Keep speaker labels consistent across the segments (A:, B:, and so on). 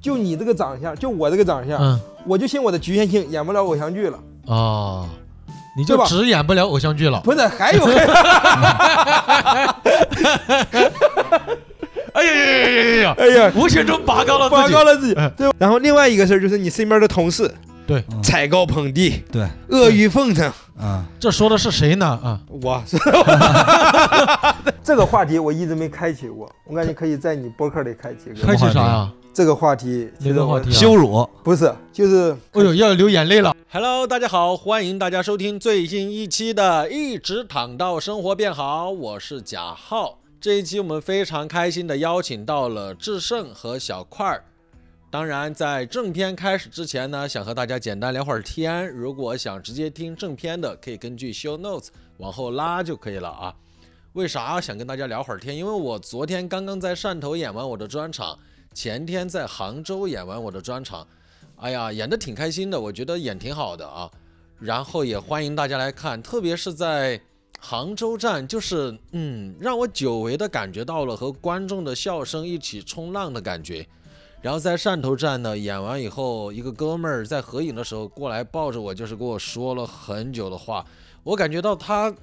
A: 就你这个长相，就我这个长相，
B: 嗯
A: 我就信我的局限性，演不了偶像剧了。
B: 哦，你
A: 对
B: 就
A: 吧
B: 只演不了偶像剧了。
A: 不是，还有，
B: 哎呀呀呀呀呀！
A: 哎呀，
B: 无形中拔高了
A: 拔
B: 自己
A: 高。了自己
B: 嗯。
A: 对吧，然后另外一个事儿就是你身边的同事，
B: 对
C: 嗯
A: 踩高捧低，
C: 对，
A: 阿谀奉承。
C: 啊，
B: 这说的是谁呢？啊，
A: 我这个话题我一直没开启过，我感觉可以在你博客里开启
C: 么
A: 个。
B: 开启
C: 话题
B: 啥呀？
A: 这个话题，
B: 哪个话题啊？
C: 羞辱，
A: 不是，就是
B: 哎呦，要流眼泪了。
D: Hello，大家好，欢迎大家收听最新一期的《一直躺到生活变好》，我是贾浩。这一期我们非常开心的邀请到了志胜和小块儿。当然，在正片开始之前呢，想和大家简单聊会儿天。如果想直接听正片的，可以根据 show notes 往后拉就可以了啊。为啥想跟大家聊会儿天？因为我昨天刚刚在汕头演完我的专场，前天在杭州演完我的专场，哎呀，演的挺开心的，我觉得演挺好的啊。然后也欢迎大家来看，特别是在杭州站，就是嗯，让我久违的感觉到了和观众的笑声一起冲浪的感觉。然后在汕头站呢，演完以后，一个哥们儿在合影的时候过来抱着我，就是跟我说了很久的话，我感觉到他。嘖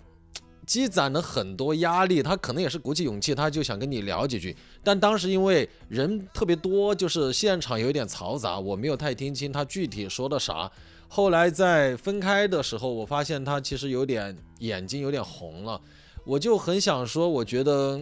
D: 积攒了很多压力，他可能也是鼓起勇气，他就想跟你聊几句。但当时因为人特别多，就是现场有一点嘈杂，我没有太听清他具体说的啥。后来在分开的时候，我发现他其实有点眼睛有点红了，我就很想说，我觉得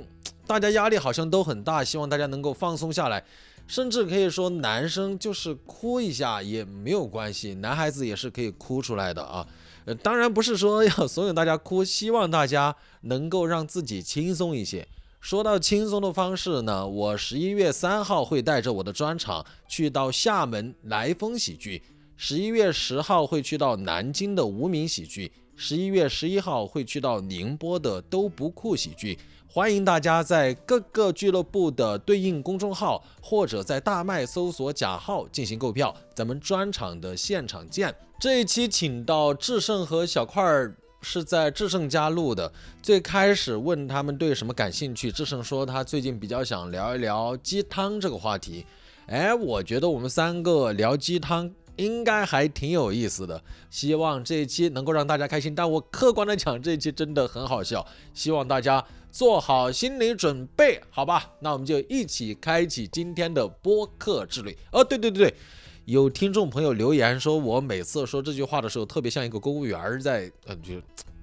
D: 大家压力好像都很大，希望大家能够放松下来，甚至可以说男生就是哭一下也没有关系，男孩子也是可以哭出来的啊。呃，当然不是说要怂恿大家哭，希望大家能够让自己轻松一些。说到轻松的方式呢，我十一月三号会带着我的专场去到厦门来风喜剧，十一月十号会去到南京的无名喜剧，十一月十一号会去到宁波的都不酷喜剧。欢迎大家在各个俱乐部的对应公众号或者在大麦搜索假号进行购票，咱们专场的现场见。这一期请到志胜和小块儿是在志胜家录的，最开始问他们对什么感兴趣，志胜说他最近比较想聊一聊鸡汤这个话题。哎，我觉得我们三个聊鸡汤应该还挺有意思的，希望这一期能够让大家开心。但我客观的讲，这一期真的很好笑，希望大家做好心理准备，好吧？那我们就一起开启今天的播客之旅。哦，对对对对。有听众朋友留言说，我每次说这句话的时候，特别像一个公务员儿在，嗯，就，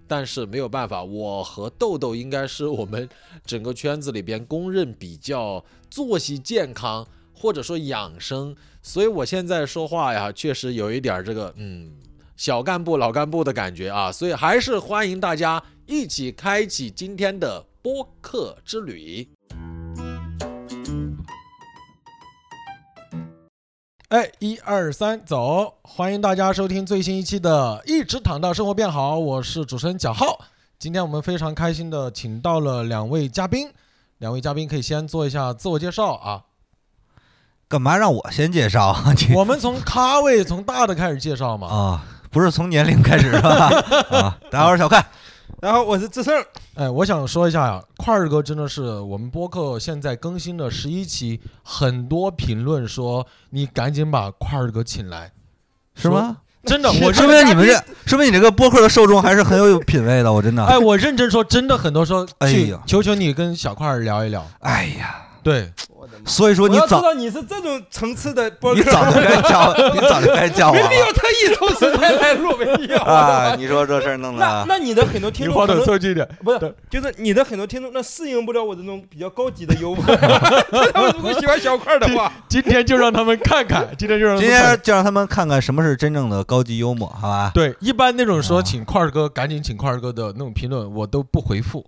D: 但是没有办法，我和豆豆应该是我们整个圈子里边公认比较作息健康或者说养生，所以我现在说话呀，确实有一点儿这个嗯小干部老干部的感觉啊，所以还是欢迎大家一起开启今天的播客之旅。哎，一二三，走！欢迎大家收听最新一期的《一直躺到生活变好》，我是主持人蒋浩。今天我们非常开心的请到了两位嘉宾，两位嘉宾可以先做一下自我介绍 啊。
C: 干嘛让我先介绍啊？你
B: 我们从咖位从大的开始介绍嘛。
C: 啊，不是从年龄开始是吧？啊，大家好，我是小快，
A: 然后我是志胜，
B: 哎，我想说一下呀，块儿哥真的是我们播客现在更新的十一期，很多评论说你赶紧把块儿哥请来，
C: 是吗？
B: 真的，我
C: 我
B: 认
C: 说明你们这，说明你这个播客的受众还是很有品位的，我真的。
B: 哎，我认真说，真的很多说
C: 哎
B: 去
C: 呀
B: 求求你跟小块儿聊一聊，
C: 哎呀，
B: 对。
A: 我的妈！
C: 所以说你
A: 我要知
C: 早，
A: 道你是这种层次的播客，
C: 你早就该叫，你早就该叫我
A: 没必
C: 了
A: 要特意抽时间来录，没必 要。
C: 啊！你说这事儿弄
A: 那
C: 的，
A: 那你的很多听众
B: 话
A: 可
B: 筒
A: 能
B: 凑近一点，
A: 不
B: 对
A: 是，就是你的很多听众，那适应不了我这种比较高级的幽默。他们如果喜欢小块的话，
B: 今天就让他们看 看，今天就让
C: 今天就让他们看看什么是真正的高级幽默，好吧？
B: 对，一般那种说
C: 啊
B: 请块儿哥赶紧请块儿哥的那种评论，我都不回复，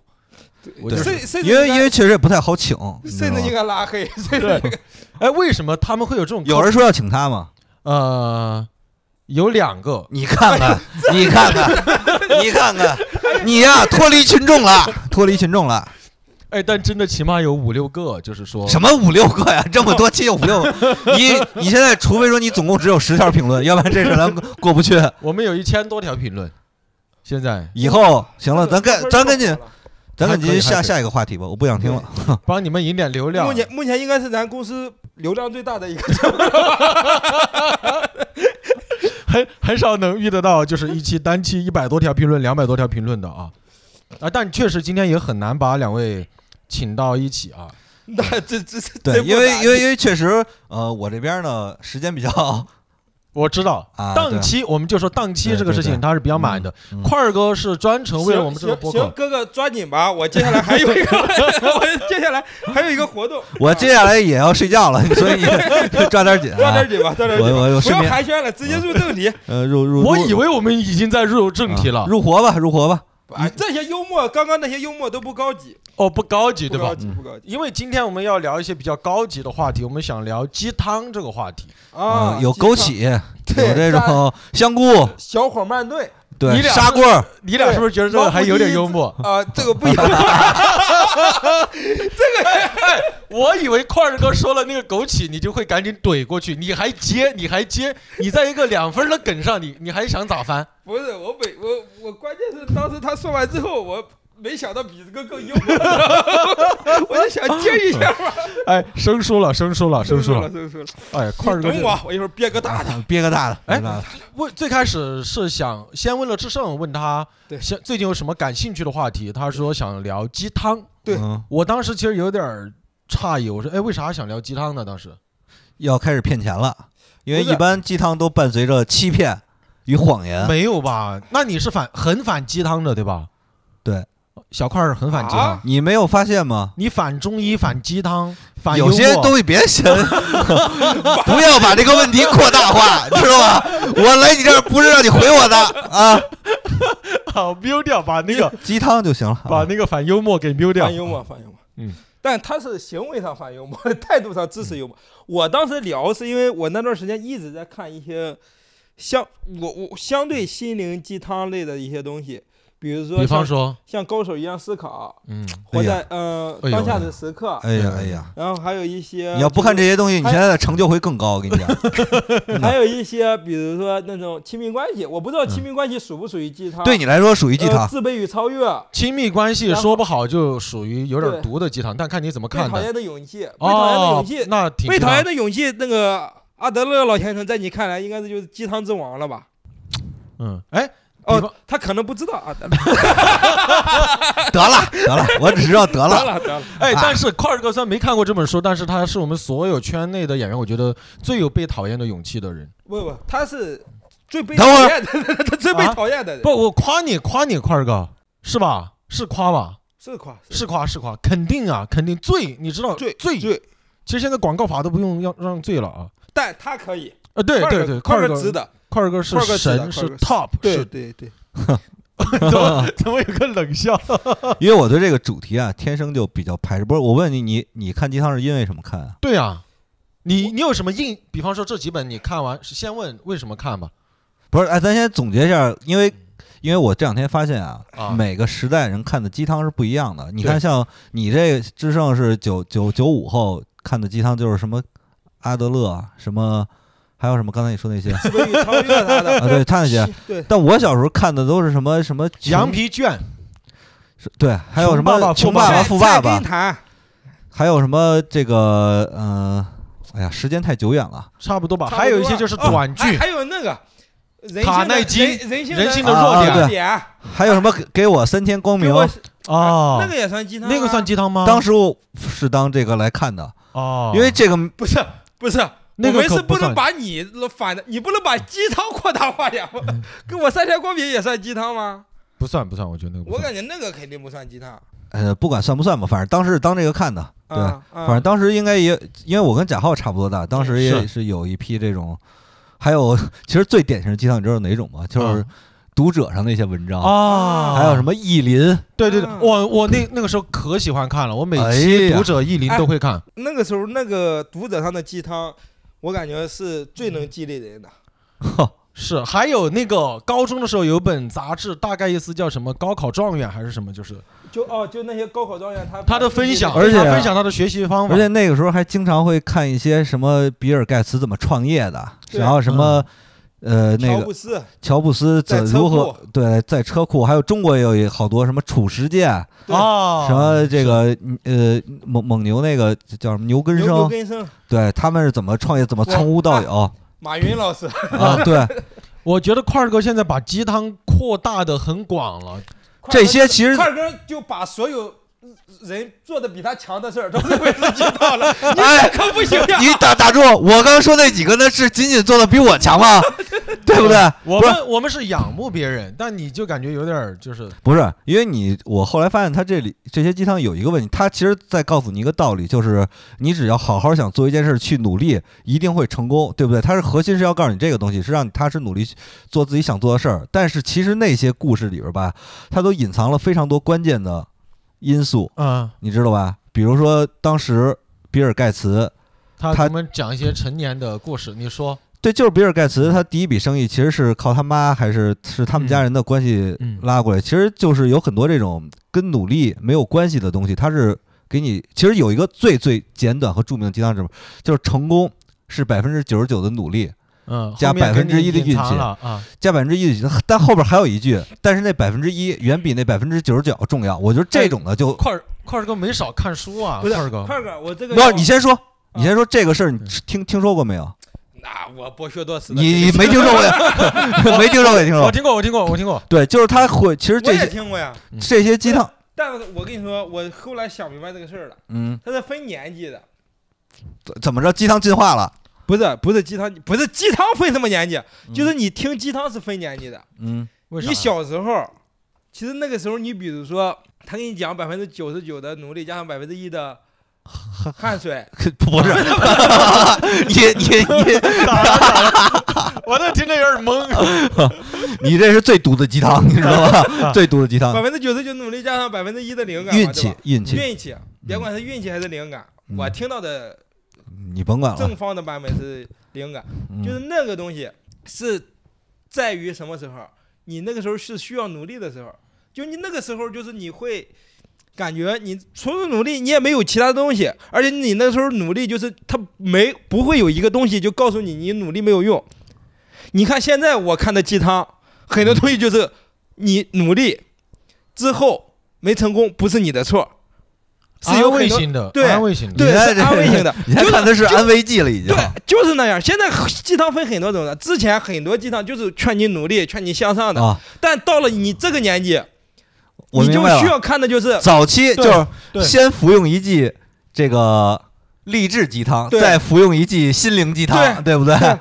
B: 我就
C: 对
B: 是
A: 甚甚至
C: 因为
A: 应该
C: 因为确实也不太好请，你知道
A: 甚
C: 吗
A: 至应该拉黑。甚至
B: 对。哎，为什么他们会有这种
C: 有人说要请他吗？
B: 呃，有两个，
C: 你看看，你看看，你看看，你呀、脱离群众了，脱离群众了。
B: 哎，但真的起码有五六个，就是说
C: 什么五六个呀？这么多期有五六个，你你现在除非说你总共只有十条评论，要不然这事儿咱们过不去。
B: 我们有一千多条评论，现在
C: 以后行了，
A: 这
C: 咱跟
A: 个
C: 咱赶紧
A: 这个
C: 咱赶
B: 还可以还
C: 紧下
B: 可以
C: 下一个话题吧，我不想听了。
B: 啊帮你们引点流量
A: 目。前目前应该是咱公司流量最大的一个，
D: 很很少能遇得到，就是一期单期一百多条评论、两百多条评论的啊啊！但确实今天也很难把两位请到一起啊。
A: 那这这这
C: 对，因为因
A: 为
C: 为因为确实，呃，我这边呢时间比较
D: 我知道
C: 啊
D: 档期我们就说档期
C: 对
D: 这个
C: 对
D: 事情
C: 对
D: 它是比较满的。
C: 嗯嗯
D: 块儿哥是专程为了我们这个播
A: 行，
D: 客，
A: 哥哥抓紧吧，我接下来还有一个，我接下来还有一个活动，
C: 我接下来也要睡觉了，所以你抓点紧
A: 抓
C: 啊
A: 点。紧吧，抓点
C: 我
A: 紧吧，
C: 我我
A: 不
C: 顺
A: 要
C: 便
A: 寒暄了，直接入正题。
C: 呃入入，
D: 我
C: 入
D: 以为我们已经在入正题
C: 啊
D: 了，
C: 入活吧，入活吧。
A: 啊，这些幽默，刚刚那些幽默都不高级，
D: 哦，不高级
A: 不
D: 对
A: 高
D: 吧？
A: 级，不高级
D: 因为今天我们要聊一些比较高级的话题，我们想聊鸡汤这个话题。
A: 啊
C: 嗯！有
A: 鸡
C: 枸
A: 汤，
C: 杞，
A: 对
C: 有这种香菇，
A: 小伙慢炖
C: 对
D: 你俩
C: 砂棍儿，
D: 你俩是不是觉得这个还有点幽默？
A: 啊，这个 不一样。
D: 我以为块儿哥说了那个枸杞，你就会赶紧怼过去，你还接，你还接，你在一个两分的梗上，你你还想咋翻？
A: 不是我北我我关键是当时他说完之后，我没想到比这个更幽 默，我就想接一下嘛。
D: 哎，生疏了，生疏了，生疏了
A: 了，。生疏了。
D: 哎，块儿哥
A: 等
D: 这，
A: 我，我一会儿憋个大的。
C: 憋个大的，
D: 哎
C: 憋个大的
D: 问最开始是想先问了志胜，问他
A: 对
D: 想最近有什么感兴趣的话题，他说想聊鸡汤。
A: 对
C: 嗯
D: 我当时其实有点儿诧异，我说哎，为啥想聊鸡汤呢？当时
C: 要开始骗钱了，因为
A: 不是
C: 一般鸡汤都伴随着欺骗与谎言。
D: 没有吧？那你是反很反鸡汤的对吧？
C: 对，
D: 小块儿很反鸡汤。
A: 啊
C: 你没有发现吗？
D: 你反中医、反鸡汤、反
C: 有些
D: 幽默
C: 东西别信，不要把这个问题扩大化，知道吧？我来你这儿不是让你回我的啊，
D: 好 m 掉，把那个
C: 鸡汤就行了。啊
D: 把那个反幽默给 m 掉
A: 反。幽默，反幽默。
D: 嗯，
A: 但他是行为上反幽默，态度上支持幽默。我当时聊是因为我那段时间一直在看一些相我我相对心灵鸡汤类的一些东西，比如说
D: 比方
A: 像
D: 说，
A: 像高手一样思考，
D: 嗯，
A: 活
C: 哎呀
A: 在嗯
D: 哎呦
A: 当下的时刻，
C: 哎呀哎呀，
A: 然后还有一些
C: 你要不看
A: 这。
C: 这些东西，你现在的成就会更高。我跟你讲，
A: 还有一些，比如说那种亲密关系，我不知道亲密关系属不属于鸡汤，
C: 对你来说属于鸡
A: 呃
C: 汤。
A: 自卑与超越，
D: 亲密关系
A: 然后
D: 说不好就属于有点
A: 对
D: 毒的鸡汤，但看你怎么
A: 被
D: 看
A: 讨
D: 的。
A: 厌的勇气，被讨厌的
D: 哦
A: 勇气，，
D: 那挺
A: 被讨厌
D: 的。
A: 的勇气，那个阿德勒老先生在你看来应该是就是鸡汤之王了吧？
D: 嗯，哎，比方
A: 哦，他可能不知道啊，得了
C: 得了得了，我只知道得
A: 得
C: 了。
A: 了得了，
D: 哎，
C: 啊
D: 但是块儿哥虽然没看过这本书，但是他是我们所有圈内的演员，我觉得最有被讨厌的勇气的人。
A: 不不，他是最被
C: 等
A: 讨
C: 会儿
A: 厌的，他 最被
D: 啊
A: 讨厌的人，
D: 不，我夸你，夸你，块儿哥是吧？是夸吧？
A: 是夸是
D: 是夸是夸，肯定啊，肯定最，你知道
A: 最
D: 最
A: 最，
D: 其实现在广告法都不用要让醉了啊。
A: 但他可以，
D: 啊，对
A: 块儿
D: 对
A: 哥
D: 对，
A: 块
D: 块
A: 儿
D: 儿
A: 哥
D: 哥
A: 值得，
D: 块儿哥
A: 块
D: 是
A: 儿哥值得
D: 神，
A: 块儿
D: 是
A: 哥
D: top，
A: 对
D: 是
A: 对对，
D: 怎么怎么有个冷笑？
C: 因为我对这个主题啊，天生就比较排斥。不是，我问你，你你看鸡汤是因为什么看啊？
D: 对啊，你你有什么印？比方说这几本你看完，先问为什么看吧。
C: 不是，哎，咱先总结一下，因为因为我这两天发现啊，
D: 嗯啊
C: 每个时代人看的鸡汤是不一样的。你
D: 对
C: 看，像你这智胜是九九九五后看的鸡汤，就是什么阿德勒，啊什么还有什么刚才你说 那些啊，
A: 自卑与超越他 的，
C: 对他那些。
A: 对，
C: 但我小时候看的都是什么什么穷
D: 羊，皮卷，
C: 是对，还有什
D: 穷爸爸
C: 么
D: 富
C: 穷
D: 爸
C: 爸
D: 爸
C: 爸富爸爸
A: 跟，谈，
C: 还有什么这个嗯、呃哎呀，时间太久远了。
D: 差不多吧。
A: 差不多
D: 还有一些就是短
A: 还
D: 剧，
A: 哎还有那个人性
D: 卡
A: 的
D: 耐基
A: 人人性
D: 人性的
C: 啊
D: 弱
C: 啊
D: 点
C: 对
A: 点，啊
C: 还有什么给给我三天光
A: 给
C: 明？
A: 我
D: 哦
A: 哎那个也算鸡汤啊，
D: 那个算鸡汤吗？
C: 当时我是当这个来看的，
D: 哦，
C: 因为这个
A: 不是不是。
D: 那个
A: 我们
D: 可
A: 是
D: 不
A: 不能
D: 算
A: 把你反的，你不能把鸡汤扩大化呀！我
C: 嗯
A: 跟我三天光明也算鸡汤吗？
D: 不算不算，我觉得那个不
A: 我
D: 算。
A: 感觉那个肯定不算鸡汤。
C: 呃，不管算不算吧，反正当时是当这个看的，对，
A: 啊，
C: 反正当时应该也，因为我跟贾浩差不多大，当时也
D: 是
C: 是有一批这种，还有其实最典型的鸡汤，你知道哪种
A: 嗯
C: 吗？就是读者上那些文章，
A: 哦
D: 啊，嗯
C: 还有什
D: 么？
C: 么意林，
D: 对对对
A: 啊，
D: 我我那那个时候可喜欢看了，我每
C: 哎
D: 期
C: 呀
D: 读者意林都会看。
A: 那个时候那个读者上的鸡汤，我感觉是最能激励人的。
D: 是，还有那个高中的时候有本杂志，大概意思叫什么“高考状元”还是什么，就是
A: 就哦，就那些高考状元，他
D: 他的分享，
C: 而且
D: 他分享他的学习方法，
C: 而且那个时候还经常会看一些什么比尔盖茨怎么创业的，
A: 对嗯
C: 然后什么呃，那
A: 乔
C: 个
A: 布斯
C: 乔布斯
A: 在
C: 怎
A: 车
C: 如何
A: 库
C: 对在车库，还有中国也有一好多什么褚时健，
A: 对
D: 啊，
C: 什么这个呃蒙蒙牛那个叫什么牛根
A: 牛
C: 生
A: 牛，根生，
C: 对他们是怎么创业，怎么从无到有
A: 马云老师，
C: 啊？ 对，
D: 我觉得块儿哥现在把鸡汤扩大的很广了，
C: 这些其实
A: 快哥就把所有人做的比他强的事 儿都认为自己到了，你这可不行呀！
C: 哎你打打住！我刚说那几个，那是仅仅做的比我 强吗？对不对？
D: 我
C: 不是
D: 们我们是仰慕别人，但你就感觉有点儿就是
C: 不是，因为你我后来发现他这里这些鸡汤有一个问题，他其实在告诉你一个道理，就是你只要好好想做一件事，去努力，一定会成功，对不对？它是核心是要告诉你这个东西，是让你踏实努力去做自己想做的事儿。但是其实那些故事里边吧，它都隐藏了非常多关键的因素，
D: 嗯，
C: 你知道吧？比如说当时比尔盖茨，
D: 他
C: 他
D: 给我们讲一些陈年的故事，你说
C: 对，就是比尔盖茨，他第一笔生意其实是靠他妈还是是他们家人的关系
D: 嗯
C: 拉过来，其实就是有很多这种跟努力没有关系的东西，它是给你其实有一个最最简短和著名的鸡汤是，就是成功是百分之九十九的努力，
D: 嗯，
C: 加
D: 后面给你
C: 1%的
D: 隐
C: 运
D: 藏
C: 气
D: 了啊，
C: 加百分之一， 但后边还有一句，但是那百分之一远比那百分之九十九重要，我觉得这种的就
D: 块儿块儿哥没少看书啊，
A: 不是
D: 块儿哥，
A: 快哥，我这个
C: 不
A: 要
C: 是你先说，你先说这个事儿，你听听说过没有？
A: 那我博学多识的，
C: 你你没听说过呀？没听说过也听说
D: 我
C: 过，
D: 听过，我听过，我听过，
C: 对，就是他会其实
A: 我
C: 这
A: 也
C: 些
A: 听过呀。
C: 这些鸡汤，
A: 但是我跟你说，我后来想明白这个事儿了，
C: 嗯。
A: 它是分年纪的，
C: 怎么着鸡汤进化了？
A: 不是不是鸡汤，不是鸡汤分什么年纪，就是
C: 嗯
A: 你听鸡汤是分年纪的。
C: 嗯
D: 为啥？
A: 你小时候，其实那个时候，你比如说，他给你讲百分之九十九的努力加上百分之一的汗水，
C: 不是，你
D: 我都听着有点懵，
C: 你你你这是最毒的鸡汤，你知道吧？最毒的鸡
A: 百
C: 汤，
A: 分之九十九努力加上百分之一的灵感嘛，
C: 运气
A: 对吧
C: 运气，
A: 运啊气，别管是运气还是灵感，
C: 嗯
A: 我听到的
C: 你甭管了
A: 正，方的版本是灵感，
C: 啊嗯
A: 就是那个东西是在于什么时候，你那个时候是需要努力的时候，就你那个时候就是你会。感觉你除了努力，你也没有其他东西，而且你那时候努力就是他没不会有一个东西就告诉你你努力没有用。你看现在我看的鸡汤，很多东西就是你努力之后没成功不是你的错，是有
D: 安
A: 很
D: 慰
A: 多
D: 型的，
A: 对
D: 安慰型的，
A: 对
C: 你看
A: 是
C: 这
A: 安慰性的
C: 你还
A: 就是
C: 看的是安慰剂了已经
A: 对。， 就是那样。现在鸡汤分很多种的，之前很多鸡汤就是劝你努力、劝你向上的，
C: 啊，
A: 但到了你这个年纪，
C: 我
A: 你
C: 明
A: 就
C: 白
A: 需
C: 了。
A: 要看的就是
C: 早期就是
D: 对
C: 先服用一剂这个励志鸡汤，
A: 对
C: 再服用一剂心灵鸡汤，对不对？
A: 对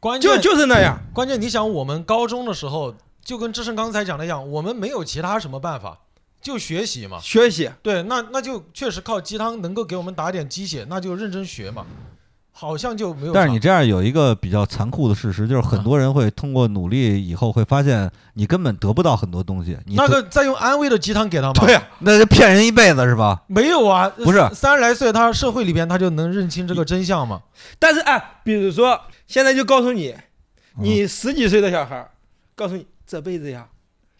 D: 关
A: 就
D: 键
A: 就是那样。
D: 关键你想，我们高中的时候就跟志胜刚才讲的一样，我们没有其他什么办法，就学习嘛。
A: 学习
D: 对，那那就确实靠鸡汤能够给我们打点鸡血，那就认真学嘛。好像就没有啥。
C: 但是你这样有一个比较残酷的事实，就是很多人会通过努力以后会发现，你根本得不到很多东西。你
D: 那
C: 得
D: 个再用安慰的鸡汤给他嘛？
A: 对呀、
C: 那就骗人一辈子是 吧？
D: 没有啊，
C: 不是
D: 三三十来岁，他社会里边他就能认清这个真相嘛？
A: 但是哎，比如说现在就告诉你，
C: 嗯
A: 你十几岁的小孩儿，告诉你这辈子呀，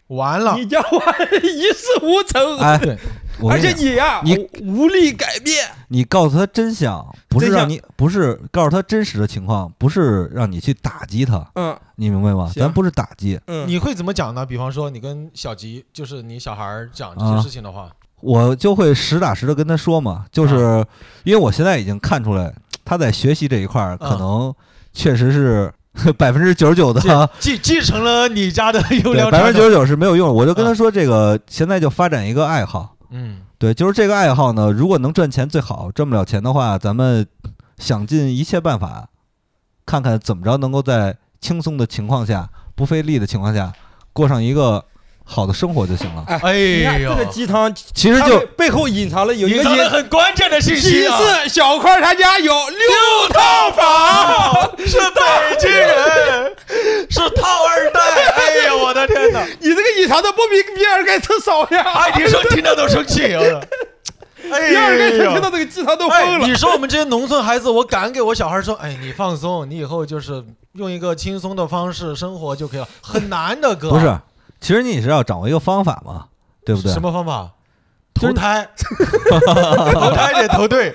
D: 完了，
A: 你将完 一事无成，
C: 啊哎
D: 对，
C: 我
A: 而
C: 跟你
A: 且
C: 讲
A: 你呀，
C: 你
A: 无无力改变。
C: 你告诉他真相，不是
A: 真相
C: 让你不是告诉他真实的情况，不是让你去打击他，
A: 嗯
C: 你明白吗？
A: 行
C: 咱不是打击，
A: 嗯，
D: 你会怎么讲呢？比方说，你跟小吉，就是你小孩儿讲这些
C: 啊
D: 事情的话，
C: 我就会实打实的跟他说嘛，就是因为我现在已经看出来他在学习这一块儿可
D: 嗯
C: 能确实是 百分之九 十九的
A: 啊
D: 继继承了你家的优
C: 对，
D: 良
C: 百
D: 传
C: 分之九
D: 统。
C: 十九是没有用的。我就跟他
D: 啊
C: 说，这个现在就发展一个爱好，
D: 嗯，
C: 对，就是这个爱好呢，如果能赚钱最好，赚不了钱的话，咱们想尽一切办法，看看怎么着能够在轻松的情况下、不费力的情况下，过上一个好的生活就行了。
D: 哎
A: 你看
D: 呦
A: 这，个鸡汤，其
C: 其实就
A: 背后隐藏了有一
D: 隐
A: 个
D: 藏
A: 隐
D: 了很关键的信息
A: 其
D: 啊！
A: 次，小块儿他家有六套房，
D: 是北京人，是套二代。哎呀，我的 天哪！
A: 你这个隐藏的不比比尔盖茨少呀？
D: 哎，你说听着都生气。 我的哎
A: 比尔盖茨
D: 呀
A: 听到这个鸡汤都
D: 哎
A: 疯，了。
D: 你说我们这些农村孩子，我敢给我小孩说，哎，你放松，你以后就是用一个轻松的方式生活就可以了，很难的哥。
C: 不是，其实你也是要掌握一个方法嘛，对不对
D: 什？么方法？
C: 就
D: 投
C: 是
D: 胎，投胎得投对。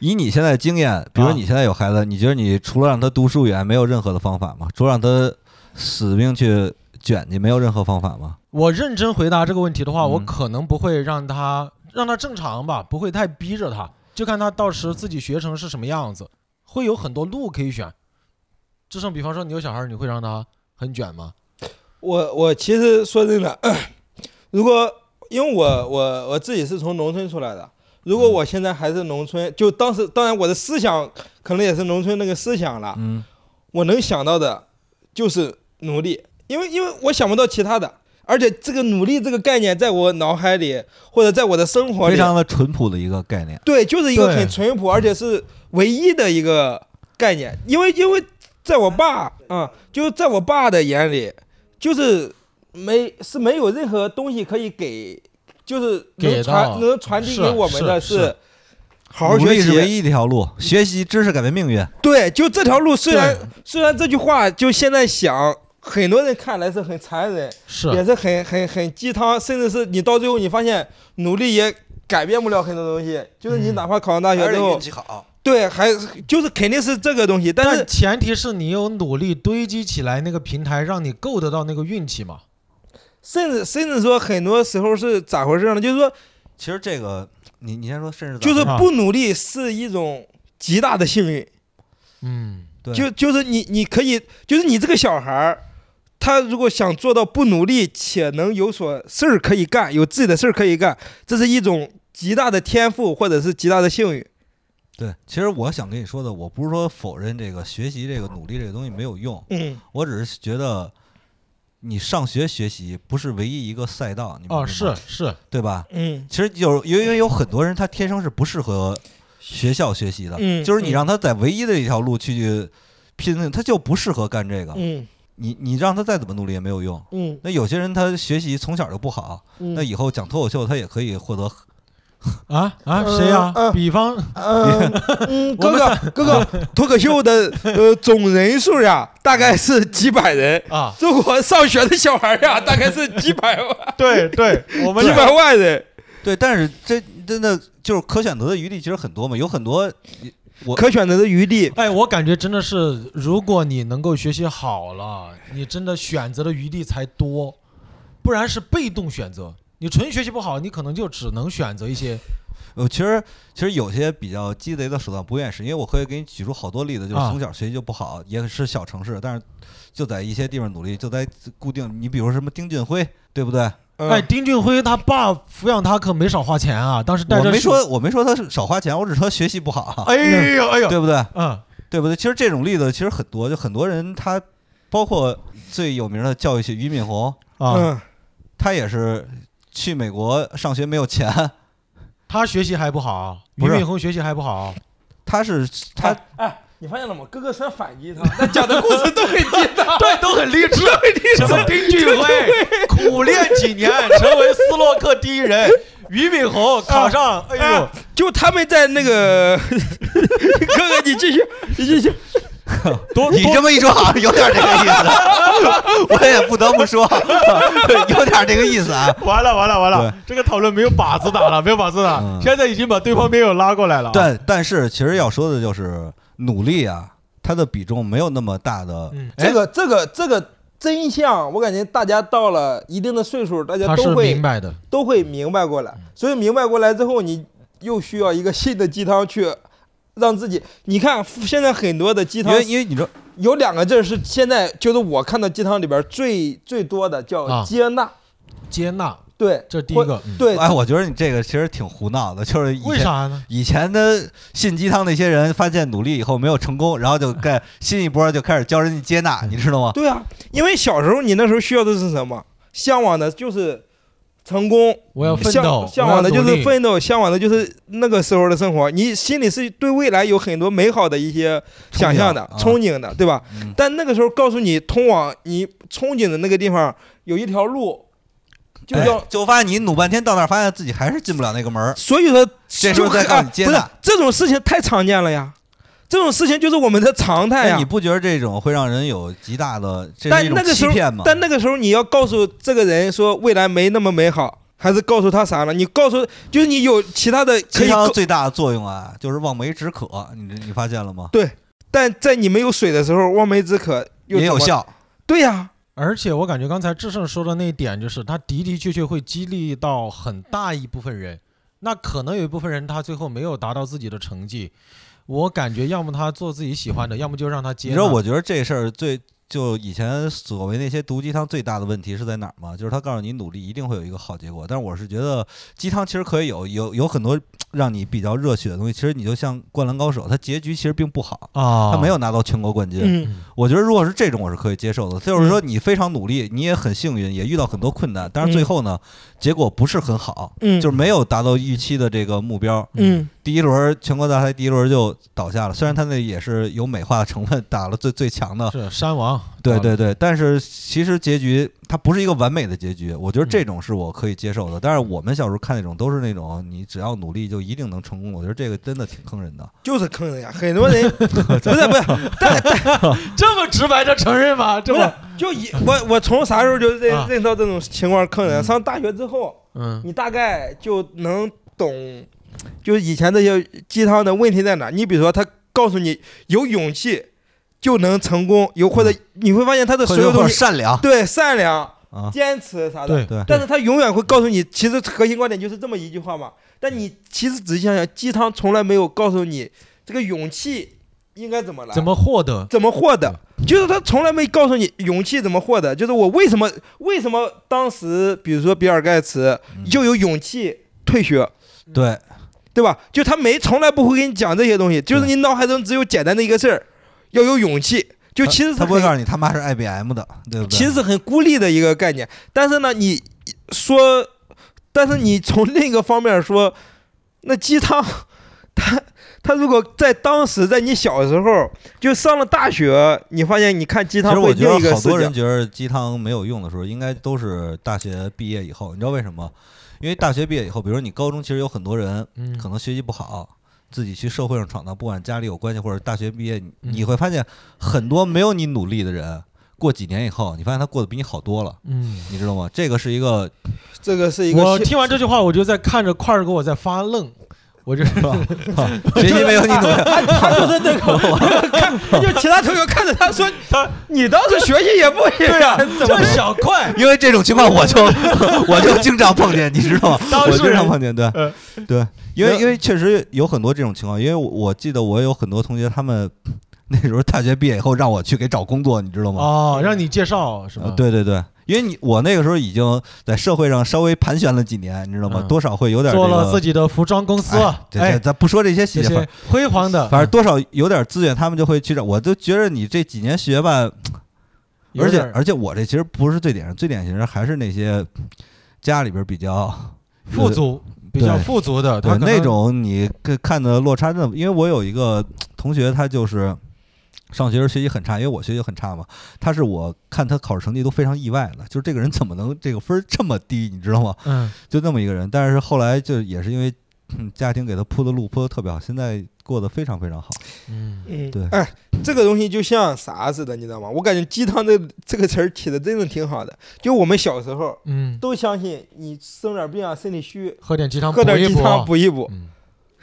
C: 以你现在的经验，比如说你现在有孩子，你觉得你除了让他读书以外，没有任何的方法吗？除了让他死命去卷去，没有任何方法吗？
D: 我认真回答这个问题的话，我
C: 嗯
D: 可能不会让他让他正常吧，不会太逼着他，就看他到时自己学成是什么样子，会有很多路可以选。就像比方说你有小孩儿，你会让他很卷吗？
A: 我我其实说真的， 如果因为我我我自己是从农村出来的，如果我现在还是农村，就当时当然我的思想可能也是农村那个思想了，
C: 嗯，
A: 我能想到的就是努力，因为因为我想不到其他的，而且这个努力这个概念在我脑海里或者在我的生活
C: 非
A: 里，
C: 常的淳朴的一个概念。
A: 对，就是一个
D: 对
A: 很淳朴而且是唯一的一个概念，因为因为在我爸啊、嗯，就是在我爸的眼里，就是没是没有任何东西可以给，就是
D: 给
A: 能
D: 到
A: 传能传递
D: 是
A: 给我们的
D: 是是
A: 好好
C: 努力
A: 学
C: 是唯
A: 习，
C: 一的一条路，学习知识改变命运。
A: 对，就这条路虽然
D: 对
A: 虽然这句话就现在想，很多人看来是很残忍，也
D: 是
A: 是很很很鸡汤，甚至是你到最后你发现努力也改变不了很多东西，就是你
D: 嗯
A: 哪怕考上大学之后，
C: 气好，
A: 对，还是就是肯定是这个东西，但是
D: 但前提是你有努力堆积起来那个平台，让你够得到那个运气嘛。
A: 甚至甚至说很多时候是咋回事呢？就是说
C: 其实这个你你先说，甚至
A: 就是
D: 啊
A: 不努力是一种极大的幸运，
D: 嗯，
C: 对
A: 就就是你你可以就是你这个小孩儿。他如果想做到不努力且能有所事儿可以干，有自己的事儿可以干，这是一种极大的天赋或者是极大的幸运。
C: 对。其实我想跟你说的，我不是说否认这个学习这个努力这个东西没有用，
A: 嗯，
C: 我只是觉得你上学学习不是唯一一个赛道，你明白吗
D: 哦，是是，
C: 对吧？
A: 嗯
C: 其实有因为有很多人他天生是不适合学校学习的，
A: 嗯
C: 就是你让他在唯一的一条路去拼，他就不适合干这个。
A: 嗯
C: 你你让他再怎么努力也没有用。
A: 嗯
C: 那有些人他学习从小就不好，
A: 嗯，
C: 那以后讲脱口秀他也可以获得。
D: 啊啊，
A: 呃
D: 谁呀、
A: 呃
D: 比方
A: 嗯嗯，
D: 我
A: 哥哥哥哥，脱口秀的呃总人数呀，大概是几百人。
D: 啊，
A: 中国上学的小孩 呀，大概是几百万
D: 对对，我们
A: 几百万人，
C: 对，但是这真的就是可选择的余地其实很多嘛，有很多我
A: 可选择的余地。
D: 哎，我感觉真的是，如果你能够学习好了，你真的选择的余地才多，不然是被动选择。你纯学习不好，你可能就只能选择一些
C: 呃，其实其实有些比较鸡贼的手段不愿意使，因为我可以给你举出好多例子，就是
D: 啊
C: 从小学习就不好，也是小城市，但是就在一些地方努力，就在固定。你比如说什么丁俊晖，对不对？
D: 哎，
A: 嗯，
D: 丁俊晖他爸抚养他可没少花钱啊，当时带
C: 我
D: 着
C: 没
D: 手
C: 说，我没说他是少花钱，我只是说他学习不好啊，
D: 哎呦哎呦，
C: 对不对？
D: 嗯，
C: 对不对？其实这种例子其实很多，就很多人他包括最有名的教育学俞敏洪，
D: 啊，
A: 嗯
C: 他也是去美国上学没 有钱，
D: 他学习还不好，俞
C: 不是
D: 敏洪学习还不好，
C: 他是他
A: 哎 哎，你发现了吗？哥哥虽然反 击他，但讲的故事都很鸡 汤。
D: 对，都很励
A: 啊
D: 志。什么丁俊晖苦练几年，成为斯洛克第一 人，俞敏洪考上，哎呦
A: 哎，， 就他们在那个， 哥哥你继续，你继续。
D: 多
C: 你
D: 多
C: 这么一说，好像有点这个意思， 我也不得不说，有点这个意思啊。
D: 完了完了完了，这个讨论没有靶子打了，没有靶子打，
C: 嗯
D: 现在已经把对方辩友拉过来了。，啊
C: 但但是，其实要说的就是努力啊，它的比重没有那么大的。
D: 嗯，
A: 这个这个这个真相，我感觉大家到了一定的岁数，大家
D: 他是
A: 都会
D: 明白的，
A: 都会明白过来。所以明白过来之后，你又需要一个新的鸡汤去让自己。你看现在很多的鸡
C: 因
A: 汤
C: 为因为你说
A: 有两个字是现在就是我看到鸡汤里边最最多的
D: 啊
A: 叫接纳，
D: 接纳，
A: 对，
D: 这第一
A: 或
D: 个。嗯
A: 对，
C: 哎，我觉得你这个其实挺胡闹的，就是以
D: 为
C: 前
D: 啥呢？
C: 以前的信鸡汤那些人，发现努力以后没有成功，然后就 干新一波就开始教人家接纳，你知道吗？
A: 对啊，因为小时候你那时候需要的是什么？向往的就是成功，
D: 我要奋斗，
A: 向向往的就
D: 我要努
A: 是
D: 力。
A: 奋斗，向往的就是那个时候的生活。你心里是对未来有很多美好的一
D: 啊
A: 些想象的、
C: 憧
A: 憧
C: 憬
A: 憬的，对吧？
C: 嗯
A: 但那个时候告诉你，通往你憧憬的那个地方有一条路，就
C: 哎
A: 叫、
C: 就发现你努半天到那儿，发现自己还是进不了那个门儿。
A: 所以说
C: 这
A: 就
C: 时候再
A: 很
C: 告诉
A: 啊
C: 你接
A: 不是
C: 纳
A: 这种事情太常见了呀，这种事情就是我们的常态
C: 那
A: 哎呀
C: 你。不觉得这种会让人有极大的这是
A: 但
C: 一种
A: 那个时
C: 欺
A: 候
C: 骗吗，？
A: 但那个时候你要告诉这个人说未来没那么美好，还是告诉他啥了？你告诉就是你有其他的可
C: 鸡
A: 以
C: 汤
A: 告，
C: 最大的作用啊，就是望梅止渴，你你发现了吗？
A: 但在你没有水的时候，望梅止渴又
C: 也有
A: 怎么。
C: 效，
A: 对呀、
D: 而且我感觉刚才志胜说的那一点，就是他的的确确会激励到很大一部分人。那可能有一部分人他最后没有达到自己的成绩，我感觉要么他做自己喜欢的，要么就让他接
C: 你
D: 纳。
C: 知道，我觉得这事儿最就以前所谓那些毒鸡汤最大的问题是在哪儿吗？就是他告诉你努力一定会有一个好结果，但是我是觉得鸡汤其实可以有有有很多让你比较热血的东西。其实你就像《灌篮高手》，它结局其实并不好，
D: 啊，
C: 他没有拿到全国冠军。
A: 嗯，
C: 我觉得如果是这种，我是可以接受的。就是说你非常努力，你也很幸运，也遇到很多困难，但是最后呢，结果不是很好，
A: 嗯
C: 就是没有达到预期的这个目标。
A: 嗯
C: 第一轮全国大赛第一轮就倒下了，虽然他那也是有美化的成分，打了最最强的，
D: 是山王，
C: 对
D: 搞得
C: 对
A: 嗯
C: 对，但是其实结局它不是一个完美的结局，我
A: 嗯
C: 觉得这种是我可以接受的。但是我们小时候看那种都是那种你只要努力就一定能成功，我觉得这个真的挺坑人的。
A: 就是坑人呀，很多 人不是不是
D: 这么直白的承认吗？这
A: 不是
D: 么，
A: 就一我我从啥时候就
D: 啊
A: 认认到这种情况坑人？
C: 嗯
A: 上大学之后，
D: 嗯
A: 你大概就能懂，就是以前这些鸡汤的问题在哪。你比如说，他告诉你有勇气就能成功，有或者你会发现他的所有
C: 或
A: 东
C: 者
A: 西
C: 善良
A: 对善良、
C: 啊，
A: 坚持啥的
D: 对，
C: 对，
A: 但是他永远会告诉你，其实核心观点就是这么一句话嘛。但你其实仔细想想，鸡汤从来没有告诉你这个勇气应该怎么来，
D: 怎么获得？
A: 怎么获得，就是他从来没告诉你勇气怎么获得。就是我为什么为什么当时，比如说比尔盖茨
C: 嗯
A: 就有勇气退学，
C: 对
A: 对吧？就他没从来不会跟你讲这些东西，就是
C: 嗯
A: 你脑海中只有简单的一个事儿，要有勇气。就其实
C: 他他不
A: 很
C: 会告诉你他妈是 IBM 的，对不对？
A: 其实是很孤立的一个概念。但是呢，你说，但是你从另一个方面说，那鸡汤，它它如果在当时，在你小时候就上了大学，你发现你看鸡
C: 其实
A: 汤会
C: 我觉
A: 另一
C: 得
A: 个
C: 好
A: 视
C: 多
A: 角
C: 人。觉得鸡汤没有用的时候，应该都是大学毕业以后。你知道为什么？因为大学毕业以后，比如说你高中，其实有很多人
D: 嗯
C: 可能学习不好，自己去社会上闯荡，不管家里有关系或者大学毕业，你
D: 嗯
C: 你会发现很多没有你努力的人，过几年以后，你发现他过得比你好多了，
D: 嗯，
C: 你知道吗？这个是 一个
A: 这个是一个
D: 我
A: 系
D: 听完这句话，我就在看着块儿哥，我在发愣。我这
C: 学习没有你 努力，
A: 他就是那个看，就其他同学看着他说：“你当时学习也不行
D: 对呀、
A: 啊，怎么
D: 这小 块，
C: 因为这种情况我就 我就经常碰见，你知道吗？
D: 当
C: 我
D: 事
C: 经常
D: 人
C: 碰见，对
D: 呃
C: 对，因为
A: 那
C: 因为确实有很多这种情况，因为我我记得我有很多同学，他们那时候大学毕业以后让我去给找工作，你知道吗？
D: 哦，让你介绍是
C: 呃
D: 吧？，
C: 对对对。因为你我那个时候已经在社会上稍微盘旋了几年，你知道吗？
D: 嗯
C: 多少会有点、这
D: 做
C: 个、
D: 了自己的服装公司，
C: 哎这这
D: 哎，
C: 咱不说这些细
D: 这
C: 节，反
D: 些辉煌的，
C: 反正多少有点资源，他们就会去找。我就觉得你这几年学吧，
D: 有
C: 而且呃
D: 点儿
C: 而且我这其实不是最典型，最典型的还是那些家里边比较 呃
D: 富足，比较富足的，他可
C: 对
D: 能
C: 那种你看看的落差真的，因为我有一个同学，他就是上学时候学习很差，因为我学习很差嘛，他是我看他考试成绩都非常意外的，就是这个人怎么能这个分儿这么低，你知道吗？
D: 嗯，
C: 就那么一个人，但是后来就也是因为、嗯家庭给他铺的路铺的特别好，现在过得非常非常好。
D: 嗯，
A: 嗯，
C: 对
A: 哎，这个东西就像啥似的，你知道吗？我感觉“鸡汤”这这个词儿起的真的挺好的。就我们小时候
D: 嗯，
A: 都相信，你生点病啊，身体虚，
D: 喝点鸡汤
A: 喝点
D: 补啊一
A: 鸡汤补一补，
D: 嗯，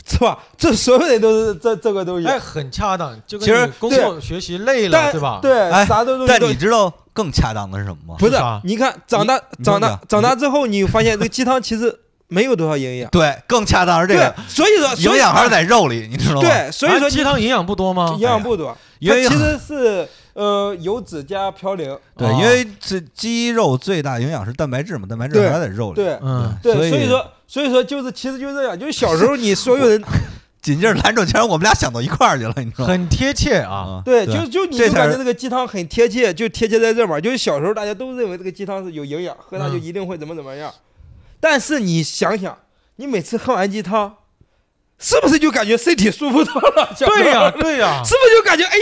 A: 是吧？这所有人都是这这个东西。
D: 哎，很恰当，就跟
C: 其实
D: 你工作学习累了，
A: 但
D: 对吧？，啊
A: 对，
C: 哎
A: 啥都
C: 但
A: 都
C: 你知道更恰当的是什么吗？
A: 不是
D: 是啥？
A: 你看长大
C: 你
A: 长
C: 你
A: 大
C: 说
A: 长大之后，你发现这个鸡汤其实没有多少营养。
C: 对，更恰当是这
A: 对
C: 个，
A: 所以说所以啊
C: 营养还是在肉里，你知道吗？，
A: 对，所以
D: 哎
A: 说
D: 鸡汤营哎养不多吗
A: 营？养不多，
C: 因为
A: 它其实是呃油脂加嘌呤。
C: 对，
D: 哦
C: 因为这鸡肉最大营养是蛋白质嘛，蛋白质
A: 对
C: 还在肉里。
A: 对，
D: 嗯，
A: 对，
C: 所
A: 所
C: 以
A: 以说，所以说就是，其实就是这样，就是小时候你所有人，
C: 紧接着兰州，全让我们俩想到一块儿去了，你知道吗？
D: 很贴切啊。
C: 啊
A: 对，就就你
C: 这
A: 就
C: 才
A: 感觉
C: 是
A: 这个鸡汤很贴切，就贴切在这儿嘛，就是小时候大家都认为这个鸡汤是有营养，喝它就
D: 嗯
A: 一定会怎么怎么样，但是你想想，你每次喝完鸡汤，是不是就感觉身体舒服多了？小时候
D: 对呀，对呀，
A: 是不是就感觉哎，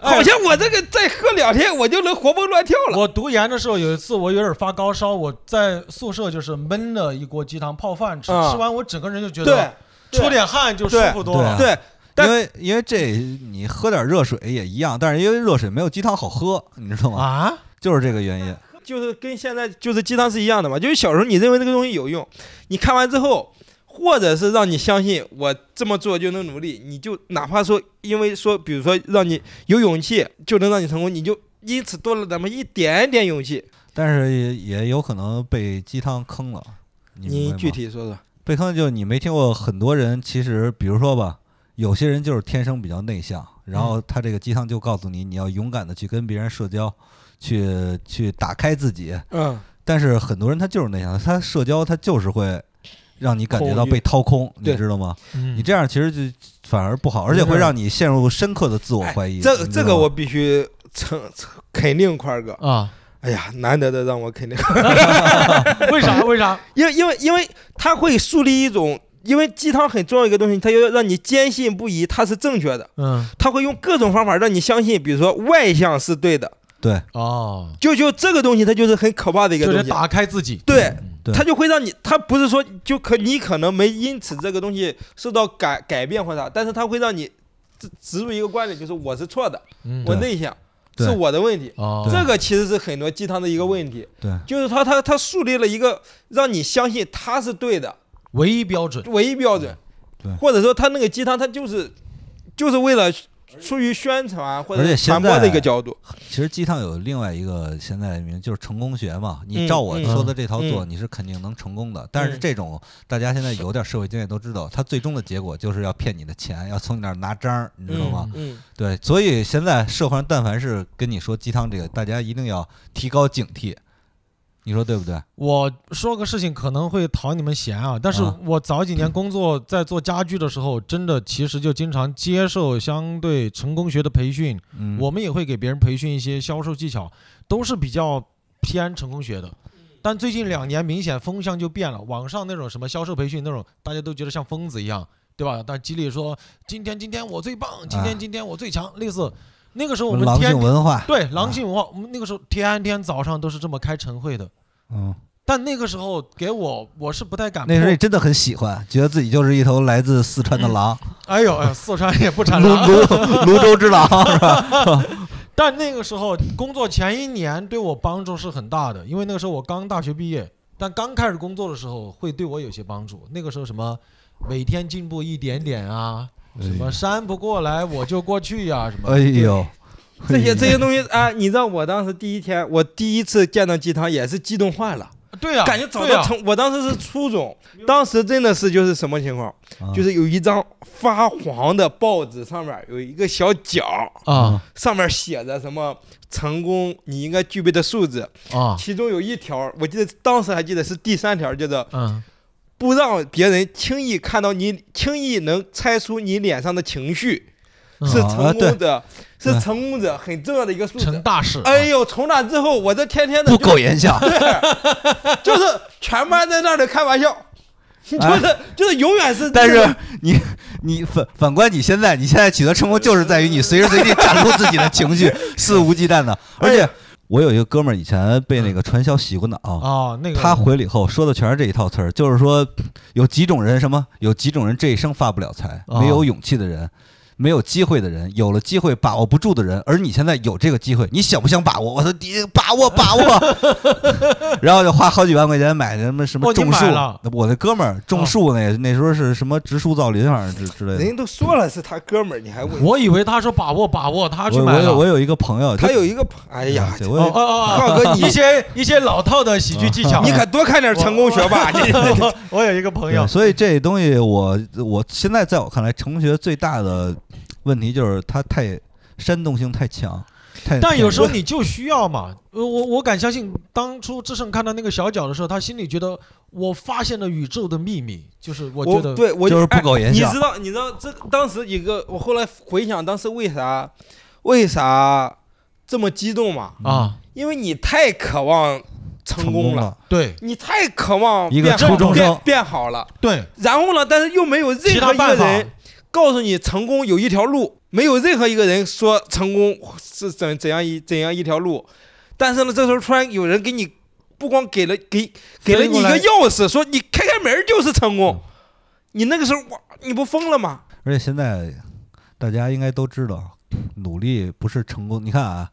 D: 哎
A: 好像我这个再喝两天我就能活蹦乱跳了？
D: 我读研的时候，有一次我有点发高烧，我在宿舍就是焖了一锅鸡汤泡饭吃，
A: 啊
D: 吃完我整个人就觉
A: 对
D: 得出点汗就舒服多了。
C: 对
A: 对，但
C: 因为因为这你喝点热水也一样，但是因为热水没有鸡汤好喝，你知道吗？
D: 啊，
C: 就是这个原因。
A: 就是跟现在就是鸡汤是一样的嘛，就是小时候你认为这个东西有用，你看完之后，或者是让你相信我这么做就能努力，你就哪怕说因为说比如说让你有勇气就能让你成功，你就因此多了那么一点点勇气。
C: 但是也也有可能被鸡汤坑了。你明白
A: 你
C: 吗
A: 具体说说，
C: 被坑就是你没听过很多人，其实比如说吧，有些人就是天生比较内向，然
A: 嗯
C: 后他这个鸡汤就告诉你，你要勇敢的去跟别人社交，去去打开自己。
A: 嗯，
C: 但是很多人他就是内向，他社交他就是会让你感觉到
A: 空虚
C: 被掏空，你
A: 对嗯
C: 知道吗？你
D: 你
C: 这样其实就反而不好，而且会让你陷入深刻的自我怀疑。
A: 哎嗯这
C: 你知道
A: 这
C: 吗
A: 个我必须承承肯定块儿哥，
D: 啊，
A: 哎呀，难得的让我肯定，
D: 为啥？为啥？
A: 因为因为因为他会树立一种。因为鸡汤很重要一个东西，它要让你坚信不疑，它是正确的。
D: 嗯，
A: 他会用各种方法让你相信，比如说外向是对的，
C: 对
D: 哦，
A: 就就这个东西，它就是很可怕的一个
D: 就
A: 东
D: 得
A: 西。
D: 打开自己。
A: 对，
C: 对
A: 它就会让你，它不是说就可你可能没因此这个东西受到改改变或啥，但是它会让你植植入一个观点，就是我是错的，
D: 嗯，
A: 我
C: 对
A: 内向
C: 对
A: 是我的问题。
D: 哦，
A: 这个其实是很多鸡汤的一个问题，
C: 对，
A: 就是他他他树立了一个让你相信他是对的
D: 唯一标准。
A: 唯一标准
C: 对，
A: 或者说他那个鸡汤他就是就是为了出于宣传或者
C: 而且
A: 是
C: 现
A: 传播的一
C: 在
A: 个角度。
C: 其实鸡汤有另外一个现在的名，就是成功学嘛。
A: 嗯
C: 你照我
A: 嗯
C: 说的这套做，
A: 嗯
C: 你是肯定能成功的。但是
A: 嗯
C: 这种大家现在有点社会经验都知道，他最终的结果就是要骗你的钱，要从你那儿拿章儿，你知道吗？
A: 嗯，
C: 对，所以现在社会上但凡是跟你说鸡汤这个，大家一定要提高警惕，你说对不对？
D: 我说个事情可能会讨你们嫌啊，但是
C: 啊
D: 我早几年工作在做家具的时候，真的其实就经常接受相对成功学的培训，
C: 嗯，
D: 我们也会给别人培训一些销售技巧，都是比较偏成功学的。但最近两年明显风向就变了，网上那种什么销售培训那种，大家都觉得像疯子一样，对吧？但激励说今天今天我最棒，今
C: 啊
D: 天今天我最强，类似那个时候我们
C: 狼
D: 天
C: 性文化，
D: 对狼性文化，我们那个时候天天早上都是这么开晨会的。
C: 嗯，
D: 但那个时候给我，我是不太敢
C: 那时候
D: 碰
C: 你真的很喜欢，觉得自己就是一头来自四川 的狼，
D: 哎呦，哎呦四川也不产
C: 泸
D: 狼。
C: 泸泸州之狼是吧？
D: 但那个时候工作前一年对我帮助是很大的，因为那个时候我刚大学毕业，但刚开始工作的时候会对我有些帮助。那个时候什么每天进步一点点啊，什么山不过来我就过去呀、什么。
C: 哎呦，
A: 这
C: 哎
A: 些这些东西啊，你知道我当时第一天，我第一次见到鸡汤也是激动坏了，
D: 对
C: 啊
D: 呀、
A: 感觉找
D: 对啊呀
A: 到成。我当时是初中，当时真的是就是什么情况，
C: 啊
A: 就是有一张发黄的报纸，上面有一个小角，
D: 啊
A: 上面写着什么成功你应该具备的素质，
D: 啊
A: 其中有一条，我记得当时还记得是第三条，叫做
D: 嗯
A: 不让别人轻易看到你，轻易能猜出你脸上的情绪。
D: 嗯
A: 是
C: 啊
A: 成
C: 对
A: 功者，是
C: 对
A: 成功者很重要的一个素
D: 成
A: 质。
D: 大事。啊
A: 哎呦，从那之后，我这天天的
C: 啊 不
A: 就
C: 苟言笑。
A: 就是全班在那里开玩笑，就是就是永远是。
C: 哎但是你你反反观你现在，你现在取得成功就是在于你随时随地展露自己的情绪，肆无忌惮的。而且我有一个哥们儿，以前被那个传销洗过脑。
D: 啊，那个
C: 他回了以后说的全是这一套词儿，就是说有几种人，什么有几种人这一生发不了财，
D: 哦
C: 没有勇气的人，没有机会的人，有了机会把握不住的人，而你现在有这个机会，你想不想把握？我说你把握 把握，然后就花好几万块钱买什么什么
D: 哦你
C: 种树
D: 买了，哦
C: 我那哥们儿种树那那时候是什么植树造林，反正之之类
A: 人
C: 的。
A: 家都说了是他哥们儿，你还问？
D: 我以为他说把握把握，他去
C: 我
D: 买
C: 我
D: 了。
C: 有我有一个朋友，
A: 他
C: 就
A: 有一个朋，哎呀，
C: 对
A: 这
C: 我有
D: 哦
C: 一
D: 哦哦，
A: 浩 哥，你
D: 一些一些老套的喜剧技巧。
A: 你可多看点成功学吧。你
D: 我 我有一个朋友
C: 对，所以这东西我我现在在我看来，成功学最大的问题就是它太煽动性太强，太
D: 但有时候
C: 太
D: 你就需要嘛，呃我我敢相信，当初志胜看到那个小脚的时候，他心里觉得我发现了宇宙的秘密，就是我觉
A: 我
D: 得
A: 对我
C: 就是不苟
A: 哎
C: 言笑
A: 你知道，你知道这个当时一个，我后来回想当时为啥为啥这么激动嘛？
D: 啊，
A: 因为你太渴望成
C: 成
A: 功
C: 功
A: 了。
C: 了，
D: 对
A: 你太渴望
C: 一个
A: 变好
C: 初中生
A: 变变好了，
D: 对，
A: 然后呢，但是又没有任
D: 其
A: 何
D: 他
A: 一
D: 办
A: 个
D: 法
A: 人告诉你成功有一条路，没有任何一个人说成功是怎怎样一怎样一条路，但是呢，这时候突然有人给你不光给了给给了
D: 飞
A: 你
D: 过
A: 一个
D: 来嗯
A: 钥匙，说你开开门就是成功，你那个时候哇，你不疯了吗？
C: 而且现
D: 嗯
C: 在大家应该都知道，努力不是成功。你看啊，